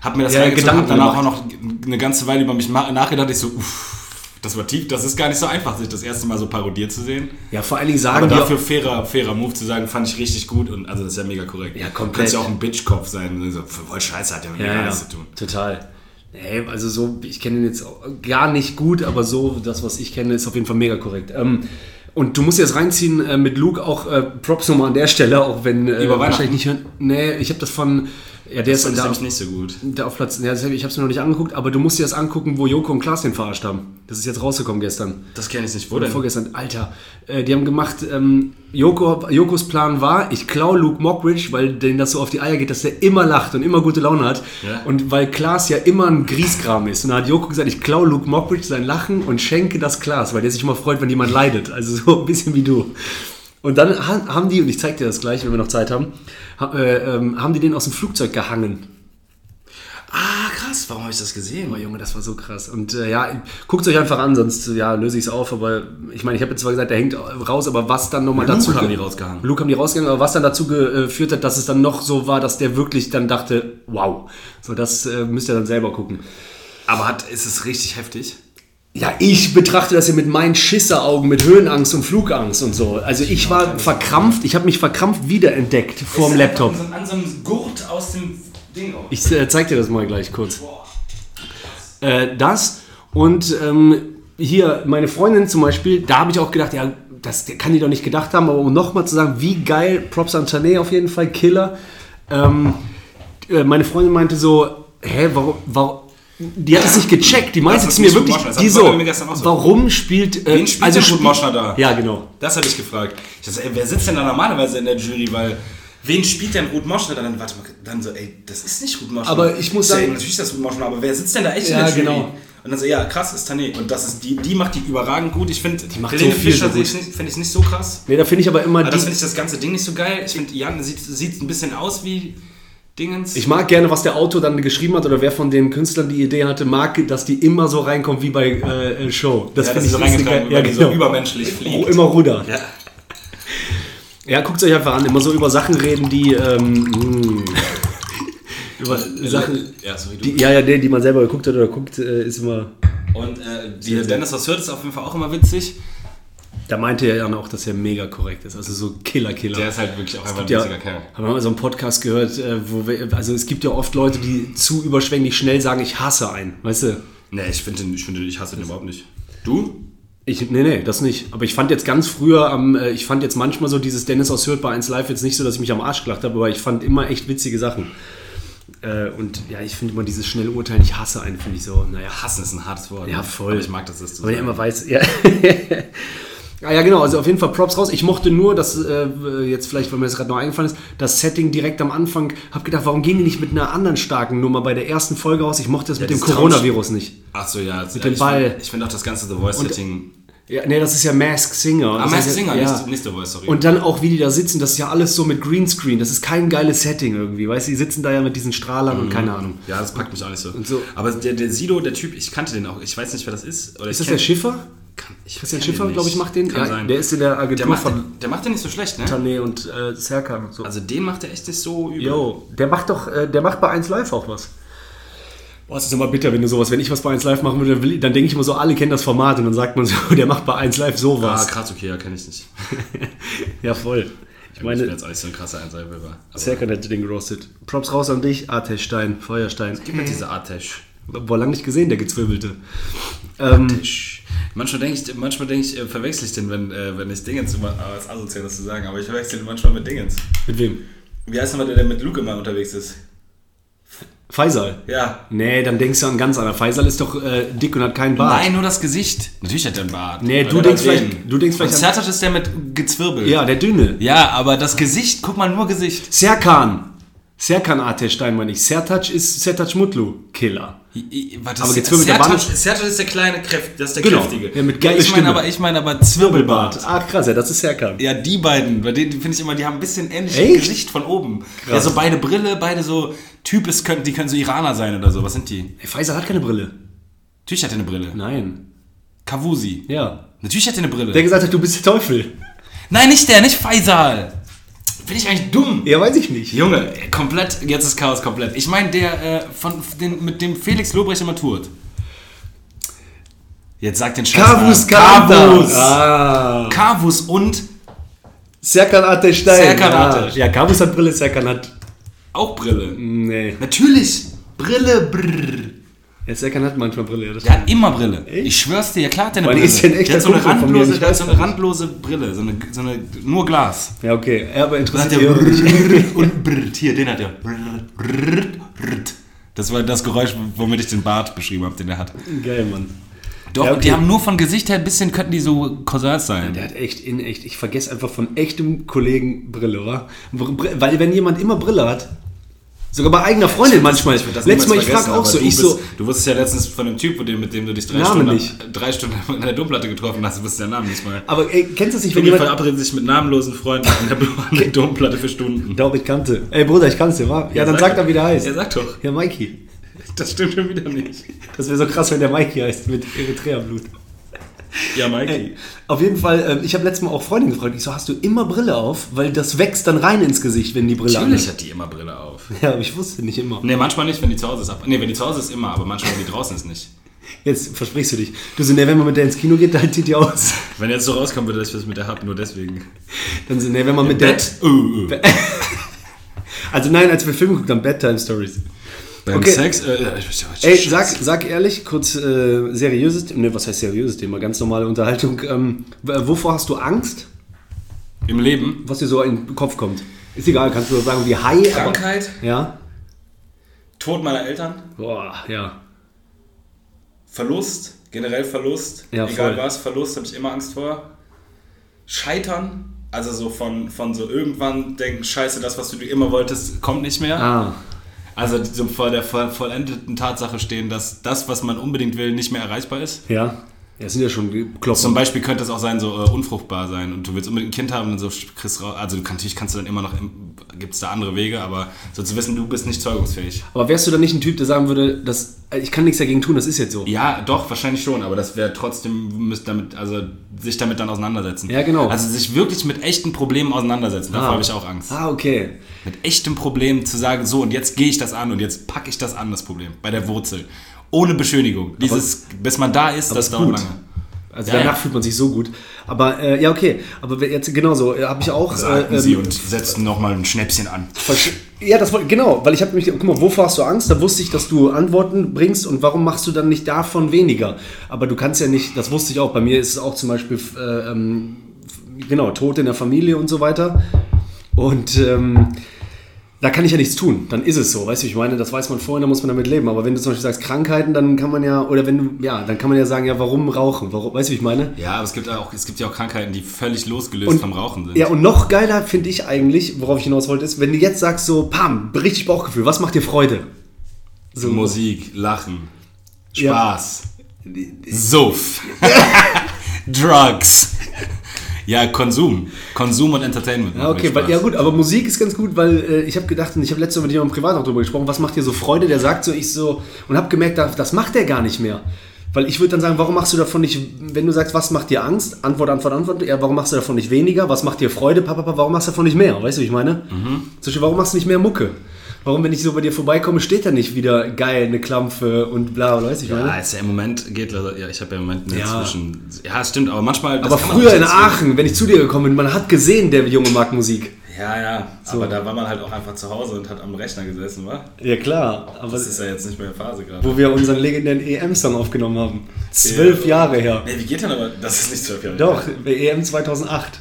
Speaker 2: Hab mir das
Speaker 1: Ja,
Speaker 2: ja, reingezogen, hab
Speaker 1: Gedanken
Speaker 2: danach auch noch eine ganze Weile über mich ma- nachgedacht. Ich so, uff, das war tief, das ist gar nicht so einfach, sich das erste Mal so parodiert zu sehen.
Speaker 1: Ja, vor allen Dingen
Speaker 2: Aber
Speaker 1: sagen die
Speaker 2: dafür fairer, fairer Move zu sagen, fand ich richtig gut und also das ist ja mega korrekt.
Speaker 1: Ja,
Speaker 2: Du
Speaker 1: komplett.
Speaker 2: kannst ja auch ein Bitchkopf sein. und So, voll Scheiße hat ja mit mir gar
Speaker 1: Ja, ja,
Speaker 2: nichts zu tun.
Speaker 1: total. Nee, also so, ich kenne ihn jetzt auch gar nicht gut, aber so, das, was ich kenne, ist auf jeden Fall mega korrekt. Ähm, und du musst jetzt reinziehen äh, mit Luke auch äh, Props nochmal an der Stelle, auch wenn äh,
Speaker 2: Über Weihnachten.
Speaker 1: wahrscheinlich nicht hören. Nee, ich habe das von Ja, der ist
Speaker 2: Das
Speaker 1: dann da
Speaker 2: ist nämlich
Speaker 1: auf,
Speaker 2: nicht so gut.
Speaker 1: da auf Platz. Ja, das hab ich ich habe es mir noch nicht angeguckt, aber du musst dir das angucken, wo Joko und Klaas den verarscht haben. Das ist jetzt rausgekommen gestern.
Speaker 2: Das kenne ich nicht. Wo denn?
Speaker 1: Vorgestern, Alter. Äh, die haben gemacht, ähm, Joko, Jokos Plan war, ich klau Luke Mockridge, weil denen das so auf die Eier geht, dass der immer lacht und immer gute Laune hat.
Speaker 2: Ja.
Speaker 1: Und weil Klaas ja immer ein Grieskram ist. Und dann hat Joko gesagt, ich klau Luke Mockridge sein Lachen und schenke das Klaas, weil der sich immer freut, wenn jemand leidet. Also so ein bisschen wie du. Und dann ha- haben die, und ich zeig dir das gleich, wenn wir noch Zeit haben, ha, äh, ähm, haben die den aus dem Flugzeug gehangen.
Speaker 2: Ah, krass. Warum habe ich das gesehen?
Speaker 1: Oh Junge, das war so krass. Und äh, ja, guckt euch einfach an, sonst ja, löse ich es auf. Aber ich meine, ich habe jetzt zwar gesagt, der hängt raus, aber was dann nochmal
Speaker 2: Luke
Speaker 1: dazu...
Speaker 2: haben
Speaker 1: ge-
Speaker 2: die rausgehangen.
Speaker 1: Luke haben die rausgehangen, aber was dann dazu äh, geführt hat, dass es dann noch so war, dass der wirklich dann dachte, wow. So, das äh, müsst ihr dann selber gucken.
Speaker 2: Aber hat, ist es richtig heftig?
Speaker 1: Ja, ich betrachte das hier mit meinen Schisseraugen, mit Höhenangst und Flugangst und so. Also ich war verkrampft, ich habe mich verkrampft wiederentdeckt vorm Laptop.
Speaker 2: An so einem Gurt aus dem Ding auf.
Speaker 1: Ich äh, zeig dir das mal gleich kurz. Äh, das und ähm, hier meine Freundin zum Beispiel, da habe ich auch gedacht, ja, das kann die doch nicht gedacht haben, aber um nochmal zu sagen, wie geil, Props an Chanet auf jeden Fall, Killer. Ähm, äh, meine Freundin meinte so, hä, warum, warum, die hat es nicht gecheckt, die meinte
Speaker 2: Das ist
Speaker 1: zu mir
Speaker 2: nicht
Speaker 1: wirklich,
Speaker 2: Ruth Moschner, das
Speaker 1: die
Speaker 2: hat
Speaker 1: so,
Speaker 2: Bobby mir gestern auch so
Speaker 1: warum spielt, äh,
Speaker 2: Wen spielt also denn Ruth
Speaker 1: spiel-
Speaker 2: Moschner da?
Speaker 1: Ja, genau.
Speaker 2: Das habe ich gefragt. Ich dachte, ey, wer sitzt denn da normalerweise in der Jury? Weil, wen spielt denn Ruth Moschner dann? Warte mal, dann so, ey, das ist nicht Ruth Moschner.
Speaker 1: Aber ich muss
Speaker 2: Ja,
Speaker 1: sagen-
Speaker 2: natürlich ist das Ruth Moschner, aber wer sitzt denn da echt
Speaker 1: Ja,
Speaker 2: in der Jury?
Speaker 1: genau.
Speaker 2: Und dann so, ja, krass, ist Tané. Und das ist, die, die macht die überragend gut. Ich finde, die
Speaker 1: macht
Speaker 2: Helene
Speaker 1: so viel
Speaker 2: Fischer
Speaker 1: so
Speaker 2: finde ich,
Speaker 1: gut.
Speaker 2: nicht- finde ich nicht so krass.
Speaker 1: Nee, da finde ich aber immer
Speaker 2: Aber
Speaker 1: die,
Speaker 2: Ah, das finde ich das ganze Ding nicht so geil. Ich finde, Jan sieht, sieht ein bisschen aus wie Dingens.
Speaker 1: Ich mag gerne, was der Autor dann geschrieben hat oder wer von den Künstlern die Idee hatte, mag, dass die immer so reinkommt wie bei äh, äh, Show. Das
Speaker 2: ja,
Speaker 1: finde ich
Speaker 2: das ist so
Speaker 1: ist eine
Speaker 2: reingetragen,
Speaker 1: geile-
Speaker 2: wie wenn die so
Speaker 1: genau.
Speaker 2: übermenschlich
Speaker 1: Ru-
Speaker 2: fliegt.
Speaker 1: Immer Ruder.
Speaker 2: Ja.
Speaker 1: Ja, guckt euch einfach an. Immer so über Sachen reden, die ähm, mh, über Sachen,
Speaker 2: ja, sorry, du.
Speaker 1: die, ja, ja, die, die man selber geguckt hat oder guckt, äh, ist immer.
Speaker 2: Und äh, die Dennis, was hört, ist auf jeden Fall auch immer witzig.
Speaker 1: Da meinte er ja auch, dass er mega korrekt ist. Also so Killer, Killer.
Speaker 2: Der ist halt wirklich auch einfach ein
Speaker 1: ja,
Speaker 2: witziger Kerl.
Speaker 1: haben wir mal so einen Podcast gehört, äh, wo wir, also es gibt ja oft Leute, die zu überschwänglich schnell sagen, ich hasse einen, weißt du?
Speaker 2: Nee, ich finde, den- ich, finde, ich hasse den überhaupt nicht. Du?
Speaker 1: Ich, nee, nee, das nicht. Aber ich fand jetzt ganz früher, am, äh, ich fand jetzt manchmal so dieses Dennis aus Hürth bei 1 Live jetzt nicht so, dass ich mich am Arsch gelacht habe, aber ich fand immer echt witzige Sachen. Äh, und ja, ich finde immer dieses schnelle Urteilen, ich hasse einen, finde ich so, naja.
Speaker 2: Hassen ist ein hartes Wort. ne?
Speaker 1: Ja, voll.
Speaker 2: Aber ich mag das, dass du
Speaker 1: Weil er
Speaker 2: sagst.
Speaker 1: immer weiß, ja. <laughs> ja, ja, genau, also auf jeden Fall Props raus. Ich mochte nur, dass, äh, jetzt vielleicht, weil mir das gerade noch eingefallen ist, das Setting direkt am Anfang, hab gedacht, warum gehen die nicht mit einer anderen starken Nummer bei der ersten Folge raus? Ich mochte das mit dem
Speaker 2: dieses
Speaker 1: Coronavirus nicht.
Speaker 2: Ach so, ja. Mit
Speaker 1: dem
Speaker 2: ich
Speaker 1: Ball.
Speaker 2: Find, ich finde auch das ganze The Voice-Setting.
Speaker 1: Ja, nee, das ist ja Mask Singer.
Speaker 2: Ah,
Speaker 1: Das
Speaker 2: Masked
Speaker 1: ist ja-
Speaker 2: Singer,
Speaker 1: ja.
Speaker 2: nicht, nicht The Voice, sorry.
Speaker 1: Und dann auch, wie die da sitzen, das ist ja alles so mit Greenscreen. Das ist kein geiles Setting irgendwie, weißt du? Die sitzen da ja mit diesen Strahlern
Speaker 2: Mhm.
Speaker 1: und keine Ahnung.
Speaker 2: ja, das packt mich auch nicht so.
Speaker 1: so-
Speaker 2: Aber der, der Sido, der Typ, ich kannte den auch. Ich weiß nicht, wer das ist. Oder
Speaker 1: Ist das der Schiffer? Christian Schiffer, glaube ich, macht den.
Speaker 2: Kann
Speaker 1: ja,
Speaker 2: sein.
Speaker 1: Der ist in der Agentur
Speaker 2: der, macht,
Speaker 1: von
Speaker 2: den- der macht den nicht so schlecht, ne?
Speaker 1: Tané und äh, Serkan und so.
Speaker 2: Also den macht er echt nicht so übel.
Speaker 1: Yo, der macht doch, äh, der macht bei 1 Live auch was. Boah, es ist immer bitter, wenn du sowas, wenn ich was bei 1 Live machen würde, dann will ich- dann denke ich immer so, alle kennen das Format und dann sagt man so, <laughs> der macht bei 1 Live
Speaker 2: Ah,
Speaker 1: sowas.
Speaker 2: krass, okay, ja, kenne ich nicht.
Speaker 1: <laughs> ja, voll. Ich
Speaker 2: Ich bin
Speaker 1: meine,
Speaker 2: jetzt auch nicht so ein krasser Einzelweber. Aber
Speaker 1: Serkan hätte den gerostet. Props raus an dich, Artesh Stein, Feuerstein.
Speaker 2: gib mir diese Artesch.
Speaker 1: Boah, lang nicht gesehen, der gezwirbelte. Ähm,
Speaker 2: Tisch. Manchmal denke ich, manchmal denke ich, äh, verwechsel ich den, wenn, äh, wenn ich Dingens immer, aber es ist asozial, das zu sagen, aber ich verwechsel den manchmal mit Dingens.
Speaker 1: mit wem?
Speaker 2: Wie heißt nochmal der, der mit Luke immer unterwegs ist?
Speaker 1: Faisal.
Speaker 2: Ja.
Speaker 1: Nee, dann denkst du an ganz anderen. Faisal ist doch äh, dick und hat keinen Bart.
Speaker 2: Nein, nur das Gesicht. Natürlich hat er einen Bart.
Speaker 1: Nee, du
Speaker 2: Oder
Speaker 1: denkst
Speaker 2: den.
Speaker 1: vielleicht- du denkst vielleicht
Speaker 2: Und
Speaker 1: an-
Speaker 2: Sertac ist der mit Gezwirbel.
Speaker 1: Ja, der Dünne.
Speaker 2: Ja, aber das Gesicht, guck mal, nur Gesicht.
Speaker 1: Serkan. Serkan Artesh Stein meine ich. Sertac ist Sertac Mutlu. Killer.
Speaker 2: I- I- Warte,
Speaker 1: Aber
Speaker 2: aber
Speaker 1: gezwirbelt, da war
Speaker 2: Sertac,
Speaker 1: nicht-
Speaker 2: Sertac ist der kleine, Kräft, das ist der
Speaker 1: Genau.
Speaker 2: kräftige.
Speaker 1: Ja, mit geiler
Speaker 2: ich meine
Speaker 1: Stimme.
Speaker 2: aber, ich meine aber Zwirbelbart.
Speaker 1: Ach Ah, krass, ja, das ist Serkan.
Speaker 2: Ja, die beiden, bei denen finde ich immer, die haben ein bisschen ähnliches
Speaker 1: Echt?
Speaker 2: Gesicht von oben. Ja, so beide Brille, beide so Typ, es können, die können so Iraner sein oder so. Was sind die?
Speaker 1: Hey, Faisal hat keine Brille.
Speaker 2: Natürlich hat er eine Brille.
Speaker 1: Nein.
Speaker 2: Kavusi.
Speaker 1: Ja.
Speaker 2: Natürlich hat er eine Brille.
Speaker 1: Der gesagt hat, du bist der Teufel.
Speaker 2: Nein, nicht der, nicht Faisal. Bin ich eigentlich dumm?
Speaker 1: Ja, weiß ich nicht.
Speaker 2: Junge, komplett, jetzt ist Chaos komplett. Ich meine, der äh, von, den, mit dem Felix Lobrecht immer tourt. Jetzt sag den Scheiß.
Speaker 1: Kavus
Speaker 2: Namen.
Speaker 1: Kavus.
Speaker 2: Kavus.
Speaker 1: Ah.
Speaker 2: Kavus und
Speaker 1: Serkan Artesh Stein.
Speaker 2: Serkan
Speaker 1: ah.
Speaker 2: Ateş.
Speaker 1: Ja, Kavus hat Brille, Serkan hat...
Speaker 2: auch Brille.
Speaker 1: Nee.
Speaker 2: Natürlich. Brille, brrr.
Speaker 1: Herr Serkan hat manchmal Brille. Das
Speaker 2: Der hat immer Brille. Ich schwör's dir, ja klar hat der eine
Speaker 1: Weil die
Speaker 2: Brille.
Speaker 1: ist ja ein echter
Speaker 2: der hat so eine
Speaker 1: Kumpel von mir,
Speaker 2: randlose,
Speaker 1: ich
Speaker 2: der hat
Speaker 1: weiß
Speaker 2: so
Speaker 1: das
Speaker 2: eine
Speaker 1: nicht.
Speaker 2: randlose Brille, so eine, so eine nur Glas.
Speaker 1: Ja, okay. Er aber
Speaker 2: Da hat
Speaker 1: interessiert
Speaker 2: der
Speaker 1: mich auch nicht.
Speaker 2: brrrt und brrrt. Hier, den hat er. Brrrt, brrrt, brrrt. Das war das Geräusch, womit ich den Bart beschrieben habe, den er hat.
Speaker 1: <laughs> Geil, Mann.
Speaker 2: Doch,
Speaker 1: Ja, okay.
Speaker 2: die haben nur von Gesicht her ein bisschen, könnten die so Cousins sein.
Speaker 1: Der hat echt in echt. Ich vergesse einfach von echtem Kollegen Brille, oder? Br- Br- Weil wenn jemand immer Brille hat, sogar bei eigener Freundin manchmal.
Speaker 2: Ich würd das
Speaker 1: Letztes Mal,
Speaker 2: niemals
Speaker 1: ich frage
Speaker 2: vergessen,
Speaker 1: auch
Speaker 2: aber
Speaker 1: so,
Speaker 2: du
Speaker 1: ich
Speaker 2: bist,
Speaker 1: so,
Speaker 2: Du wusstest ja letztens von dem Typ, mit dem, mit dem du dich drei
Speaker 1: Name
Speaker 2: Stunden,
Speaker 1: nicht.
Speaker 2: drei Stunden <laughs> an der Domplatte getroffen hast, wusstest den Namen nicht mal.
Speaker 1: aber ey, kennst du das nicht, wenn
Speaker 2: Tobi
Speaker 1: jemand...
Speaker 2: verabredet sich mit namenlosen Freunden an der, <laughs> an der Domplatte für Stunden.
Speaker 1: Doch, ich kannte. Ey, Bruder, ich kannte, wa? Ja, dann
Speaker 2: sag
Speaker 1: sagt
Speaker 2: doch.
Speaker 1: er, wie der heißt.
Speaker 2: Ja, sag doch. <laughs>
Speaker 1: Ja, Mikey.
Speaker 2: Das stimmt schon wieder nicht.
Speaker 1: Das wäre so krass, wenn der Mikey heißt, mit Eritrea-Blut.
Speaker 2: Ja,
Speaker 1: Ey,
Speaker 2: Mikey.
Speaker 1: auf jeden Fall, ähm, ich habe letztes Mal auch Freundin gefragt, ich so, hast du immer Brille auf? Weil das wächst dann rein ins Gesicht, wenn die Brille an
Speaker 2: Natürlich
Speaker 1: ist.
Speaker 2: hat die immer Brille auf.
Speaker 1: <laughs> Ja, aber ich wusste nicht immer.
Speaker 2: Ne, manchmal nicht, wenn die zu Hause ist. ab- Ne, wenn die zu Hause ist, immer, aber manchmal, wenn die draußen ist, nicht.
Speaker 1: Jetzt versprichst du dich. Du so, ne, wenn man mit der ins Kino geht, dann zieht die aus. <laughs>
Speaker 2: Wenn jetzt so rauskommen würde, dass ich was mit der hab, nur deswegen.
Speaker 1: Dann so, ne, wenn man mit der... äh.
Speaker 2: Bett. Äh. Ö, ö.
Speaker 1: Also nein, als wir Film geguckt haben, Bedtime Stories.
Speaker 2: Beim
Speaker 1: Okay.
Speaker 2: Sex. Äh, äh, ich- ich-
Speaker 1: Ey, sag, sag ehrlich, kurz äh, seriöses Thema, ne, was heißt seriöses Thema, ganz normale Unterhaltung. Ähm, w- wovor hast du Angst,
Speaker 2: Im Leben.
Speaker 1: was dir so in den Kopf kommt? Ist egal, kannst du so sagen wie High.
Speaker 2: Krankheit.
Speaker 1: Aber, ja?
Speaker 2: Tod meiner Eltern.
Speaker 1: Boah, ja.
Speaker 2: Verlust. Generell Verlust.
Speaker 1: Ja,
Speaker 2: Egal
Speaker 1: voll.
Speaker 2: was, Verlust habe ich immer Angst vor. Scheitern. Also so von, von so irgendwann denken, scheiße, das, was du dir immer wolltest, kommt nicht mehr.
Speaker 1: Ah,
Speaker 2: Also so vor der voll- vollendeten Tatsache stehen, dass das, was man unbedingt will, nicht mehr erreichbar ist.
Speaker 1: ja. Ja, es sind ja schon Klopfen.
Speaker 2: Zum Beispiel könnte es auch sein, so äh, unfruchtbar sein und du willst unbedingt ein Kind haben und so kriegst raus. Also du kann, natürlich kannst du dann immer noch, gibt es da andere Wege, aber so zu wissen, du bist nicht zeugungsfähig.
Speaker 1: Aber wärst du dann nicht ein Typ, der sagen würde, dass äh, ich kann nichts dagegen tun, das ist jetzt so?
Speaker 2: Ja, doch, wahrscheinlich schon, aber das wäre trotzdem, müsst damit, also sich damit dann auseinandersetzen.
Speaker 1: Ja, genau.
Speaker 2: Also sich wirklich mit echten Problemen auseinandersetzen, davor
Speaker 1: Ah.
Speaker 2: habe ich auch Angst.
Speaker 1: Ah, okay.
Speaker 2: Mit echtem Problem zu sagen, so und jetzt gehe ich das an und jetzt packe ich das an, das Problem, bei der Wurzel. Ohne Beschönigung. Dieses, bis man da ist, das
Speaker 1: ist
Speaker 2: dauert
Speaker 1: gut.
Speaker 2: lange.
Speaker 1: Also
Speaker 2: Ja,
Speaker 1: danach
Speaker 2: ja.
Speaker 1: fühlt man sich so gut. Aber äh, ja, okay. Aber jetzt genauso, äh, habe ich auch.
Speaker 2: Sagten
Speaker 1: äh, ähm,
Speaker 2: Also sie und setzten nochmal ein Schnäpschen an.
Speaker 1: versch- ja, das wollte genau, weil ich habe mich, guck mal, wovor hast du Angst? Da wusste ich, dass du Antworten bringst und warum machst du dann nicht davon weniger? Aber du kannst ja nicht, das wusste ich auch, bei mir ist es auch zum Beispiel, äh, ähm, f- genau, Tod in der Familie und so weiter. Und ähm, da kann ich ja nichts tun. Dann ist es so. Weißt du, ich meine, das weiß man vorhin, da muss man damit leben. Aber wenn du zum Beispiel sagst, Krankheiten, dann kann man ja, oder wenn du, ja, dann kann man ja sagen, ja, warum rauchen? Warum, weißt du, wie ich meine?
Speaker 2: Ja, aber es gibt, auch, es gibt ja auch Krankheiten, die völlig losgelöst vom Rauchen sind.
Speaker 1: Ja, und noch geiler finde ich eigentlich, worauf ich hinaus wollte, ist, wenn du jetzt sagst, so, pam, richtig Bauchgefühl, was macht dir Freude? So,
Speaker 2: Also Musik, Lachen,
Speaker 1: Ja.
Speaker 2: Spaß, <laughs> Suff, Drugs. Ja, Konsum. Konsum und Entertainment.
Speaker 1: Ja,
Speaker 2: machen mir
Speaker 1: okay, weil,
Speaker 2: Spaß.
Speaker 1: ja gut, aber Musik ist ganz gut, weil äh, ich habe gedacht, und ich habe letztes Mal mit jemandem privat auch drüber gesprochen, was macht dir so Freude? Der sagt so, ich so, und habe gemerkt, da- das macht er gar nicht mehr. Weil ich würde dann sagen, warum machst du davon nicht, wenn du sagst, was macht dir Angst? Antwort, Antwort, Antwort. Ja, warum machst du davon nicht weniger? Was macht dir Freude? Papa, Papa, warum machst du davon nicht mehr? Weißt du, wie ich meine?
Speaker 2: Mhm.
Speaker 1: Zum Beispiel, warum machst du nicht mehr Mucke? Warum, wenn ich so bei dir vorbeikomme, steht da nicht wieder geil, eine Klampfe und bla, bla, weißt du, wie ich meine?
Speaker 2: Ja, Ah, ist ja im Moment geht leider- ja, ich habe ja im Moment
Speaker 1: Ja.
Speaker 2: inzwischen. Ja, stimmt, aber manchmal. das
Speaker 1: Aber
Speaker 2: kann man
Speaker 1: früher
Speaker 2: nicht
Speaker 1: in
Speaker 2: erzwingen.
Speaker 1: Aachen, wenn ich zu dir gekommen bin, man hat gesehen, der Junge mag Musik.
Speaker 2: Ja, ja. Aber da war man halt auch einfach zu Hause und hat am Rechner gesessen, wa?
Speaker 1: Ja klar, aber
Speaker 2: Das ist ja jetzt nicht mehr Phase gerade.
Speaker 1: wo wir unseren legendären EM-Song aufgenommen haben.
Speaker 2: Ja.
Speaker 1: Zwölf Jahre her.
Speaker 2: Nee, wie geht denn aber? Das ist nicht zwölf Jahre.
Speaker 1: Doch, E EM 2008.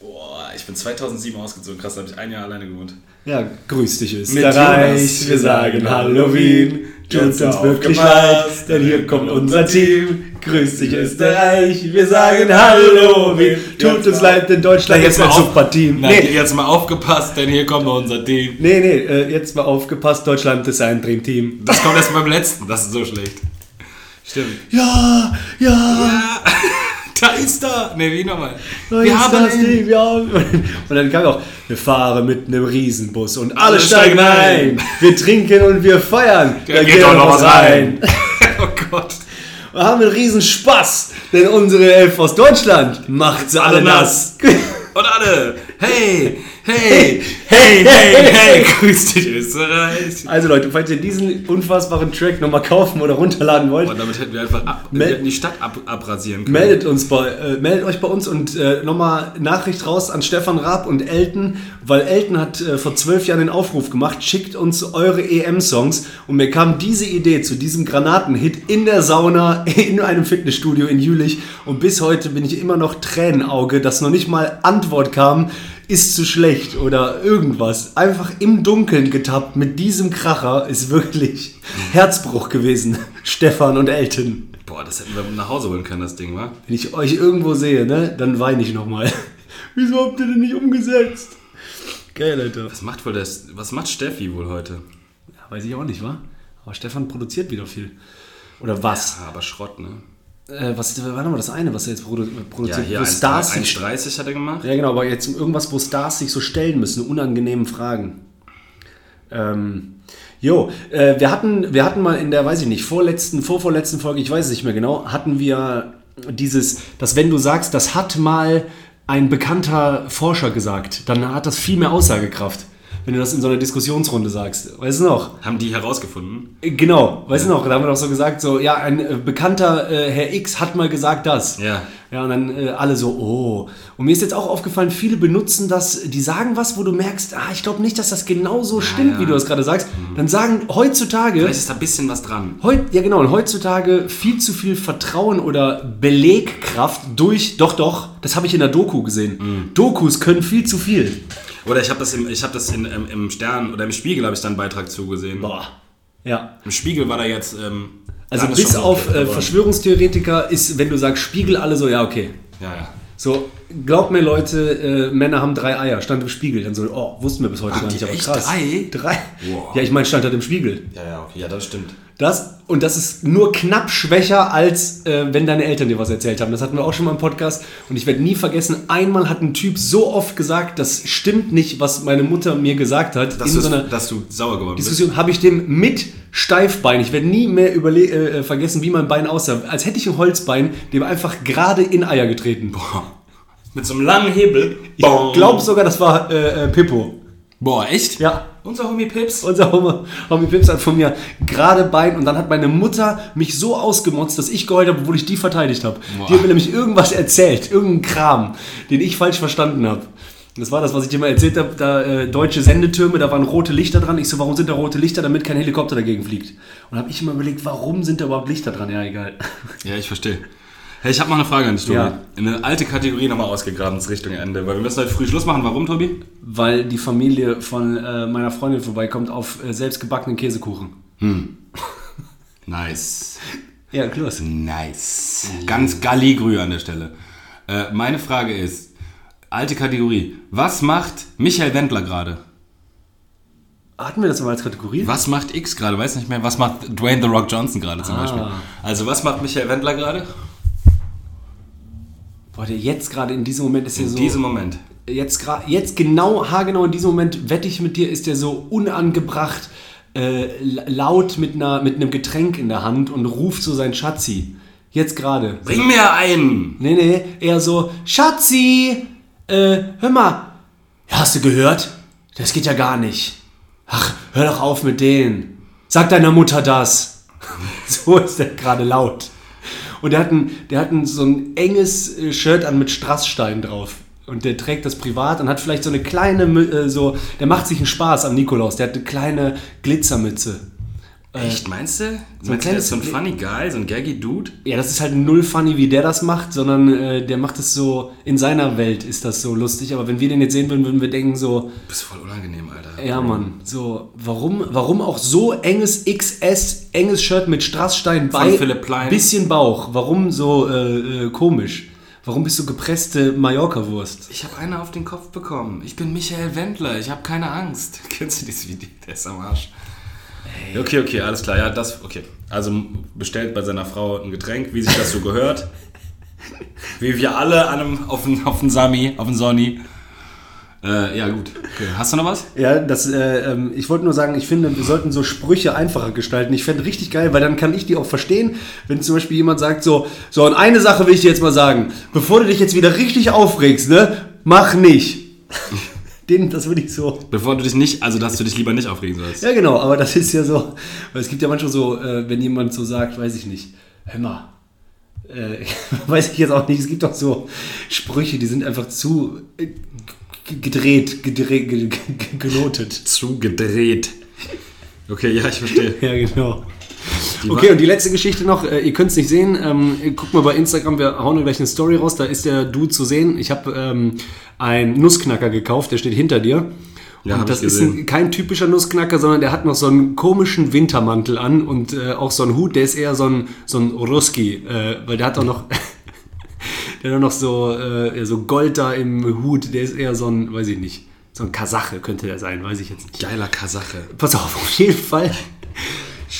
Speaker 2: Boah, ich bin 2007 ausgezogen. Krass, da habe ich ein Jahr alleine gewohnt.
Speaker 1: Ja, grüß dich ist.
Speaker 2: Mit
Speaker 1: der
Speaker 2: Jonas.
Speaker 1: Reich, wir sagen Halloween. Tut's uns wirklich leid,
Speaker 2: Aufgepasst,
Speaker 1: denn hier
Speaker 2: denn
Speaker 1: kommt
Speaker 2: kommt
Speaker 1: unser Team. Grüß dich ist der Reich, wir sagen Halloween. Tut
Speaker 2: Jetzt
Speaker 1: uns
Speaker 2: mal-
Speaker 1: leid, denn Deutschland ist ein super Team.
Speaker 2: Nein,
Speaker 1: Nee,
Speaker 2: jetzt mal aufgepasst, denn hier kommt unser Team.
Speaker 1: nee, nee, äh, jetzt mal aufgepasst, Deutschland ist ein Dreamteam.
Speaker 2: Das kommt erst beim letzten. Das ist so schlecht. Stimmt.
Speaker 1: Ja, ja.
Speaker 2: Ah. <laughs> Da ist er. Ne, wie nochmal?
Speaker 1: Wir
Speaker 2: Wir haben
Speaker 1: das
Speaker 2: ihn.
Speaker 1: Team, wir haben. <laughs> Und dann kam auch, wir fahren mit einem Riesenbus und alle steigen ein. Wir trinken und wir feiern.
Speaker 2: Da geht doch noch was rein. <laughs>
Speaker 1: rein.
Speaker 2: oh Gott.
Speaker 1: Wir haben einen Riesenspaß, denn unsere Elf aus Deutschland macht's alle nass.
Speaker 2: Und alle. Hey, hey, hey, hey, hey, grüß dich Österreich.
Speaker 1: <laughs> Also Leute, falls ihr diesen unfassbaren Track nochmal kaufen oder runterladen wollt,
Speaker 2: Und damit hätten wir einfach ab, wir
Speaker 1: Mel-
Speaker 2: hätten die Stadt ab, abrasieren können.
Speaker 1: meldet, uns bei, äh, meldet euch bei uns und äh, nochmal Nachricht raus an Stefan Raab und Elton, weil Elton hat äh, vor zwölf Jahren den Aufruf gemacht, schickt uns eure EM-Songs und mir kam diese Idee zu diesem Granatenhit in der Sauna <laughs> in einem Fitnessstudio in Jülich und bis heute bin ich immer noch Tränenauge, dass noch nicht mal Antwort kam, ist zu schlecht oder irgendwas. Einfach im Dunkeln getappt mit diesem Kracher ist wirklich <laughs> Herzbruch gewesen. <laughs> Stefan und Elton.
Speaker 2: Boah, das hätten wir nach Hause holen können, das Ding, wa?
Speaker 1: Wenn ich euch irgendwo sehe, ne, dann weine ich nochmal. <laughs> Wieso habt ihr denn nicht umgesetzt? Geil, Alter.
Speaker 2: Was macht wohl das, was macht Steffi wohl heute?
Speaker 1: Weiß ich auch nicht, wa? Aber Stefan produziert wieder viel. Oder was?
Speaker 2: Ah, aber Schrott, ne?
Speaker 1: Äh, was war nochmal das eine, was er jetzt produ
Speaker 2: Ja,
Speaker 1: produziert?
Speaker 2: hier
Speaker 1: wo
Speaker 2: 1,
Speaker 1: Stars sich,
Speaker 2: 1,30 hat er gemacht.
Speaker 1: ja, genau, aber jetzt irgendwas, wo Stars sich so stellen müssen, unangenehmen Fragen. Ähm, jo, äh, wir, hatten, wir hatten mal in der, weiß ich nicht, vorletzten, vorvorletzten Folge, ich weiß es nicht mehr genau, hatten wir dieses, dass wenn du sagst, das hat mal ein bekannter Forscher gesagt, dann hat das viel mehr Aussagekraft, wenn du das in so einer Diskussionsrunde sagst. Weißt du noch?
Speaker 2: Haben die herausgefunden?
Speaker 1: Äh, Genau, weißt du noch, da haben wir doch so gesagt, so, ja, ein äh, bekannter äh, Herr X hat mal gesagt das.
Speaker 2: Ja.
Speaker 1: Ja, und dann äh, alle so, oh. Und mir ist jetzt auch aufgefallen, viele benutzen das, die sagen was, wo du merkst, ah, ich glaube nicht, dass das genau so stimmt,
Speaker 2: ja. Mhm.
Speaker 1: wie du das gerade sagst. Dann sagen heutzutage,
Speaker 2: Vielleicht ist da ein bisschen was dran.
Speaker 1: heut, ja genau, und heutzutage viel zu viel Vertrauen oder Belegkraft durch, doch, doch, das habe ich in der Doku gesehen.
Speaker 2: Mhm.
Speaker 1: Dokus können viel zu viel.
Speaker 2: Oder ich habe das, im, ich hab das in, im, im Stern oder im Spiegel habe ich da einen Beitrag zugesehen.
Speaker 1: Boah. Ja.
Speaker 2: Im Spiegel war da jetzt. Ähm,
Speaker 1: Also
Speaker 2: da hat es
Speaker 1: bis
Speaker 2: schon
Speaker 1: auf
Speaker 2: komplett
Speaker 1: äh,
Speaker 2: verloren.
Speaker 1: Verschwörungstheoretiker ist, wenn du sagst Spiegel, alle so, ja, okay.
Speaker 2: Ja, ja.
Speaker 1: So, glaubt mir Leute, äh, Männer haben drei Eier, stand im Spiegel. Dann so, oh, wussten wir bis heute
Speaker 2: Haben
Speaker 1: gar
Speaker 2: die
Speaker 1: nicht, aber
Speaker 2: echt
Speaker 1: krass.
Speaker 2: drei?
Speaker 1: Drei?
Speaker 2: Wow.
Speaker 1: Ja, ich meine, stand halt im Spiegel.
Speaker 2: Ja, ja, okay. Ja, das stimmt.
Speaker 1: Das, und das ist nur knapp schwächer, als äh, wenn deine Eltern dir was erzählt haben. Das hatten wir auch schon mal im Podcast. Und ich werde nie vergessen, einmal hat ein Typ so oft gesagt, das stimmt nicht, was meine Mutter mir gesagt hat.
Speaker 2: Dass,
Speaker 1: in
Speaker 2: du,
Speaker 1: so einer
Speaker 2: dass du sauer geworden bist.
Speaker 1: Diskussion habe ich dem mit Steifbein, ich werde nie mehr überle äh, äh, vergessen, wie mein Bein aussah, als hätte ich ein Holzbein, dem einfach gerade in Eier getreten.
Speaker 2: <laughs> Mit so einem langen Hebel.
Speaker 1: ich glaube sogar, das war äh, äh, Pippo.
Speaker 2: Boah, echt?
Speaker 1: Ja.
Speaker 2: Unser Homie Pips.
Speaker 1: Unser Homie, Homie Pips hat von mir gerade Bein und dann hat meine Mutter mich so ausgemotzt, dass ich geheult habe, obwohl ich die verteidigt habe.
Speaker 2: Boah.
Speaker 1: Die hat mir nämlich irgendwas erzählt, irgendeinen Kram, den ich falsch verstanden habe. Und Das war das, was ich dir mal erzählt habe, da äh, deutsche Sendetürme, da waren rote Lichter dran. Ich so, warum sind da rote Lichter, damit kein Helikopter dagegen fliegt? Und habe ich immer überlegt, warum sind da überhaupt Lichter dran? Ja, egal. <laughs>
Speaker 2: Ja, ich verstehe. Hey, ich habe mal eine Frage an dich, Tobi.
Speaker 1: Ja.
Speaker 2: Eine alte Kategorie nochmal ausgegraben ins Richtung Ende, weil wir müssen heute früh Schluss machen. Warum, Tobi?
Speaker 1: Weil die Familie von äh, meiner Freundin vorbeikommt auf äh, selbstgebackenen Käsekuchen.
Speaker 2: Nice.
Speaker 1: Ja, los.
Speaker 2: Nice. Ganz Galligrü an der Stelle. Äh, meine Frage ist, alte Kategorie, was macht Michael Wendler gerade?
Speaker 1: Hatten wir das mal als Kategorie?
Speaker 2: Was macht X gerade? Weiß nicht mehr. Was macht Dwayne The Rock Johnson gerade zum Beispiel? Also was macht Michael Wendler gerade?
Speaker 1: Boah, der jetzt gerade in diesem Moment ist hier
Speaker 2: In
Speaker 1: so...
Speaker 2: diesem Moment.
Speaker 1: jetzt gerade, jetzt genau, haargenau in diesem Moment wette ich mit dir, ist der so unangebracht äh, la- laut mit, einer, mit einem Getränk in der Hand und ruft so sein Schatzi. Jetzt gerade.
Speaker 2: Bring mir einen!
Speaker 1: Nee, nee, eher so, Schatzi, äh, hör mal, ja, hast du gehört? Das geht ja gar nicht. Ach, hör doch auf mit denen. Sag deiner Mutter das. <laughs> so ist er gerade laut. Und der hat, ein, der hat ein, so ein enges äh, Shirt an mit Strasssteinen drauf. Und der trägt das privat und hat vielleicht so eine kleine, Mü- äh, so, der macht sich einen Spaß am Nikolaus. Der hat eine kleine Glitzermütze.
Speaker 2: Echt, meinst du?
Speaker 1: ein
Speaker 2: So ein,
Speaker 1: kleines-
Speaker 2: so ein funny guy, so ein gaggy Dude?
Speaker 1: Ja, das ist halt null funny, wie der das macht, sondern äh, der macht es so, in seiner Welt ist das so lustig, aber wenn wir den jetzt sehen würden, würden wir denken so,
Speaker 2: Bist voll unangenehm, Alter.
Speaker 1: ja Mann, so, warum, warum auch so enges XS, enges Shirt mit Strassstein bei,
Speaker 2: Philipp Plein.
Speaker 1: bisschen Bauch, warum so äh, äh, komisch? Warum bist du gepresste Mallorca-Wurst?
Speaker 2: Ich habe eine auf den Kopf bekommen. Ich bin Michael Wendler. Ich habe keine Angst. <laughs> Kennst du dieses Video? Der ist am Arsch. Okay, okay, alles klar. Ja, das, okay. Also bestellt bei seiner Frau ein Getränk, wie sich das so <laughs> gehört. wie wir alle an einem, auf den auf den Sami, auf den Sonny. Äh, ja, gut. Okay. Hast du noch was?
Speaker 1: Ja, das, äh, ähm, ich wollte nur sagen, ich finde, wir sollten so Sprüche einfacher gestalten. Ich fände richtig geil, weil dann kann ich die auch verstehen, wenn zum Beispiel jemand sagt so, so und eine Sache will ich dir jetzt mal sagen, bevor du dich jetzt wieder richtig aufregst, ne, mach nicht. <laughs> Den, das würde ich so.
Speaker 2: Bevor du dich nicht, also dass du dich lieber nicht aufregen sollst.
Speaker 1: Ja, genau, aber das ist ja so. Weil es gibt ja manchmal so, äh, wenn jemand so sagt, weiß ich nicht, hör mal, äh, <laughs> weiß ich jetzt auch nicht, es gibt auch so Sprüche, die sind einfach zu äh, g- gedreht, gedreht, ge- ge- ge- gelotet.
Speaker 2: Zugedreht. Okay, ja, ich verstehe.
Speaker 1: Ja, genau. Okay, und die letzte Geschichte noch, äh, ihr könnt es nicht sehen, ähm, guckt mal bei Instagram, wir hauen da gleich eine Story raus, da ist der Dude zu sehen. Ich habe ähm, einen Nussknacker gekauft, der steht hinter dir.
Speaker 2: Ja, hab
Speaker 1: und das
Speaker 2: ich
Speaker 1: ist
Speaker 2: gesehen.
Speaker 1: ein, kein typischer Nussknacker, sondern der hat noch so einen komischen Wintermantel an und äh, auch so einen Hut, der ist eher so ein, so ein Ruski, äh, weil der hat auch noch, <laughs> der hat auch noch so, äh, ja, so Gold da im Hut, der ist eher so ein, weiß ich nicht, so ein Kasache könnte der sein, weiß ich jetzt nicht.
Speaker 2: Geiler Kasache.
Speaker 1: Pass auf, auf jeden Fall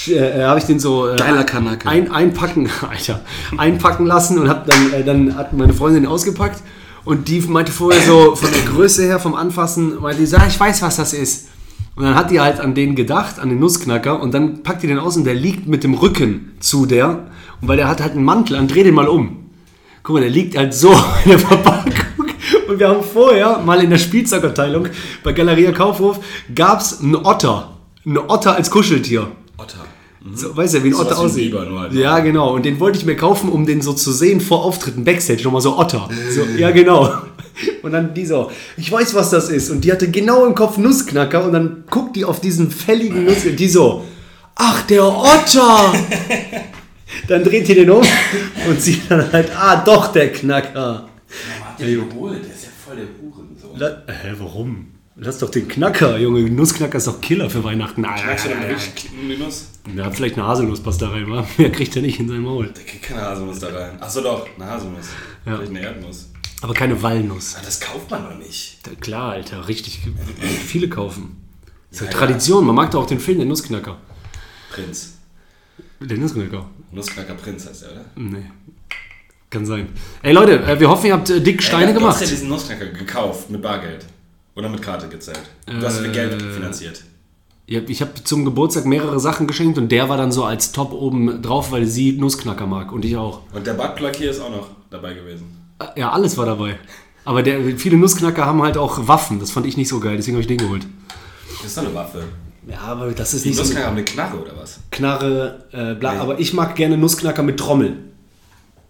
Speaker 1: äh, habe ich den so äh,
Speaker 2: Geiler Kanake.
Speaker 1: Ein, einpacken, <laughs> Alter, einpacken lassen und hab dann, äh, dann hat meine Freundin ihn ausgepackt und die meinte vorher so von der Größe her, vom Anfassen, meinte die so, ah, ich weiß, was das ist. Und dann hat die halt an den gedacht, an den Nussknacker und dann packt die den aus und der liegt mit dem Rücken zu der und weil der hat halt einen Mantel an, dreh den mal um. Guck mal, der liegt halt so <laughs> in der Verpackung. Und wir haben vorher mal in der Spielzeugabteilung bei Galeria Kaufhof gab's einen Otter. Einen Otter als Kuscheltier.
Speaker 2: Otter.
Speaker 1: So, weißt du, wie ein
Speaker 2: Sowas
Speaker 1: Otter
Speaker 2: wie ein
Speaker 1: aussieht.
Speaker 2: Biber nur halt.
Speaker 1: ja, genau. Und den wollte ich mir kaufen, um den so zu sehen vor Auftritten Backstage. Nochmal so Otter. So, ja, genau. Und dann die so, ich weiß, was das ist. Und die hatte genau im Kopf Nussknacker. Und dann guckt die auf diesen fälligen Nussknacker. Die so, ach, der Otter. dann dreht die den um und sieht dann halt, ah, doch, der Knacker.
Speaker 2: Hat der geholt? Der ist ja voll der Huren. So.
Speaker 1: La Hä, warum? Lass doch den Knacker, Junge. Nussknacker ist doch Killer für Weihnachten. Na,
Speaker 2: Kannst du dann wirklich klicken, die Nuss?
Speaker 1: Na, vielleicht eine Haselnuss passt da rein, wa? <laughs> Mehr kriegt er nicht in sein Maul.
Speaker 2: Der kriegt keine Haselnuss da rein. Achso, doch, eine Haselnuss. Ja. Vielleicht eine Erdnuss.
Speaker 1: Aber keine Walnuss.
Speaker 2: Ah, Das kauft man doch nicht.
Speaker 1: Da- Klar, Alter, richtig. Viele kaufen. Ist ja Tradition. Man mag doch auch den Film, der Nussknacker.
Speaker 2: Prinz.
Speaker 1: Der Nussknacker.
Speaker 2: Nussknacker Prinz heißt der, oder?
Speaker 1: Nee. Kann sein. Ey, Leute, äh, wir hoffen, ihr habt äh, dick Steine
Speaker 2: Ey, Du hast ja
Speaker 1: gemacht.
Speaker 2: diesen Nussknacker gekauft mit Bargeld. Oder mit Karte gezahlt. Du hast mit Geld finanziert.
Speaker 1: Ihr habt- Ich habe zum Geburtstag mehrere Sachen geschenkt und der war dann so als Top oben drauf, weil sie Nussknacker mag und ich auch.
Speaker 2: Und der Backplug hier ist auch noch dabei gewesen.
Speaker 1: Äh, Ja, alles war dabei. Aber der, viele Nussknacker haben halt auch Waffen. Das fand ich nicht so geil, deswegen habe ich den geholt.
Speaker 2: Das ist doch eine Waffe.
Speaker 1: Ja, aber das ist
Speaker 2: Die
Speaker 1: nicht so
Speaker 2: Nussknacker haben eine Knarre oder was?
Speaker 1: Knarre, äh, bla. Aber ich mag gerne Nussknacker mit Trommel.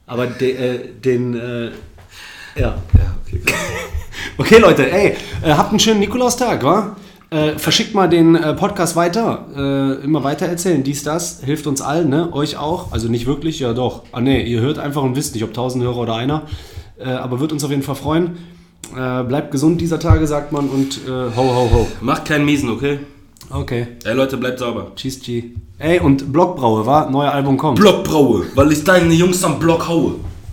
Speaker 1: Aber de, äh, den, äh, ja.
Speaker 2: Ja, okay, klar.
Speaker 1: <laughs> Okay, Leute, ey, äh, habt einen schönen Nikolaustag, wa? Äh, verschickt mal den äh, Podcast weiter. Äh, immer weiter erzählen. Dies, das hilft uns allen, ne? Euch auch. Also nicht wirklich, ja doch. Ah, nee, ihr hört einfach und wisst nicht, ob 1000 Hörer oder einer. Äh, aber wird uns auf jeden Fall freuen. Äh, bleibt gesund dieser Tage, sagt man. Und äh, ho, ho, ho.
Speaker 2: Macht keinen Miesen, okay?
Speaker 1: Okay.
Speaker 2: Ey Leute, bleibt sauber.
Speaker 1: Tschüss, G. Ey, und Blockbraue, wa? Neuer Album kommt.
Speaker 2: Blockbraue, weil ich deine Jungs am Block haue.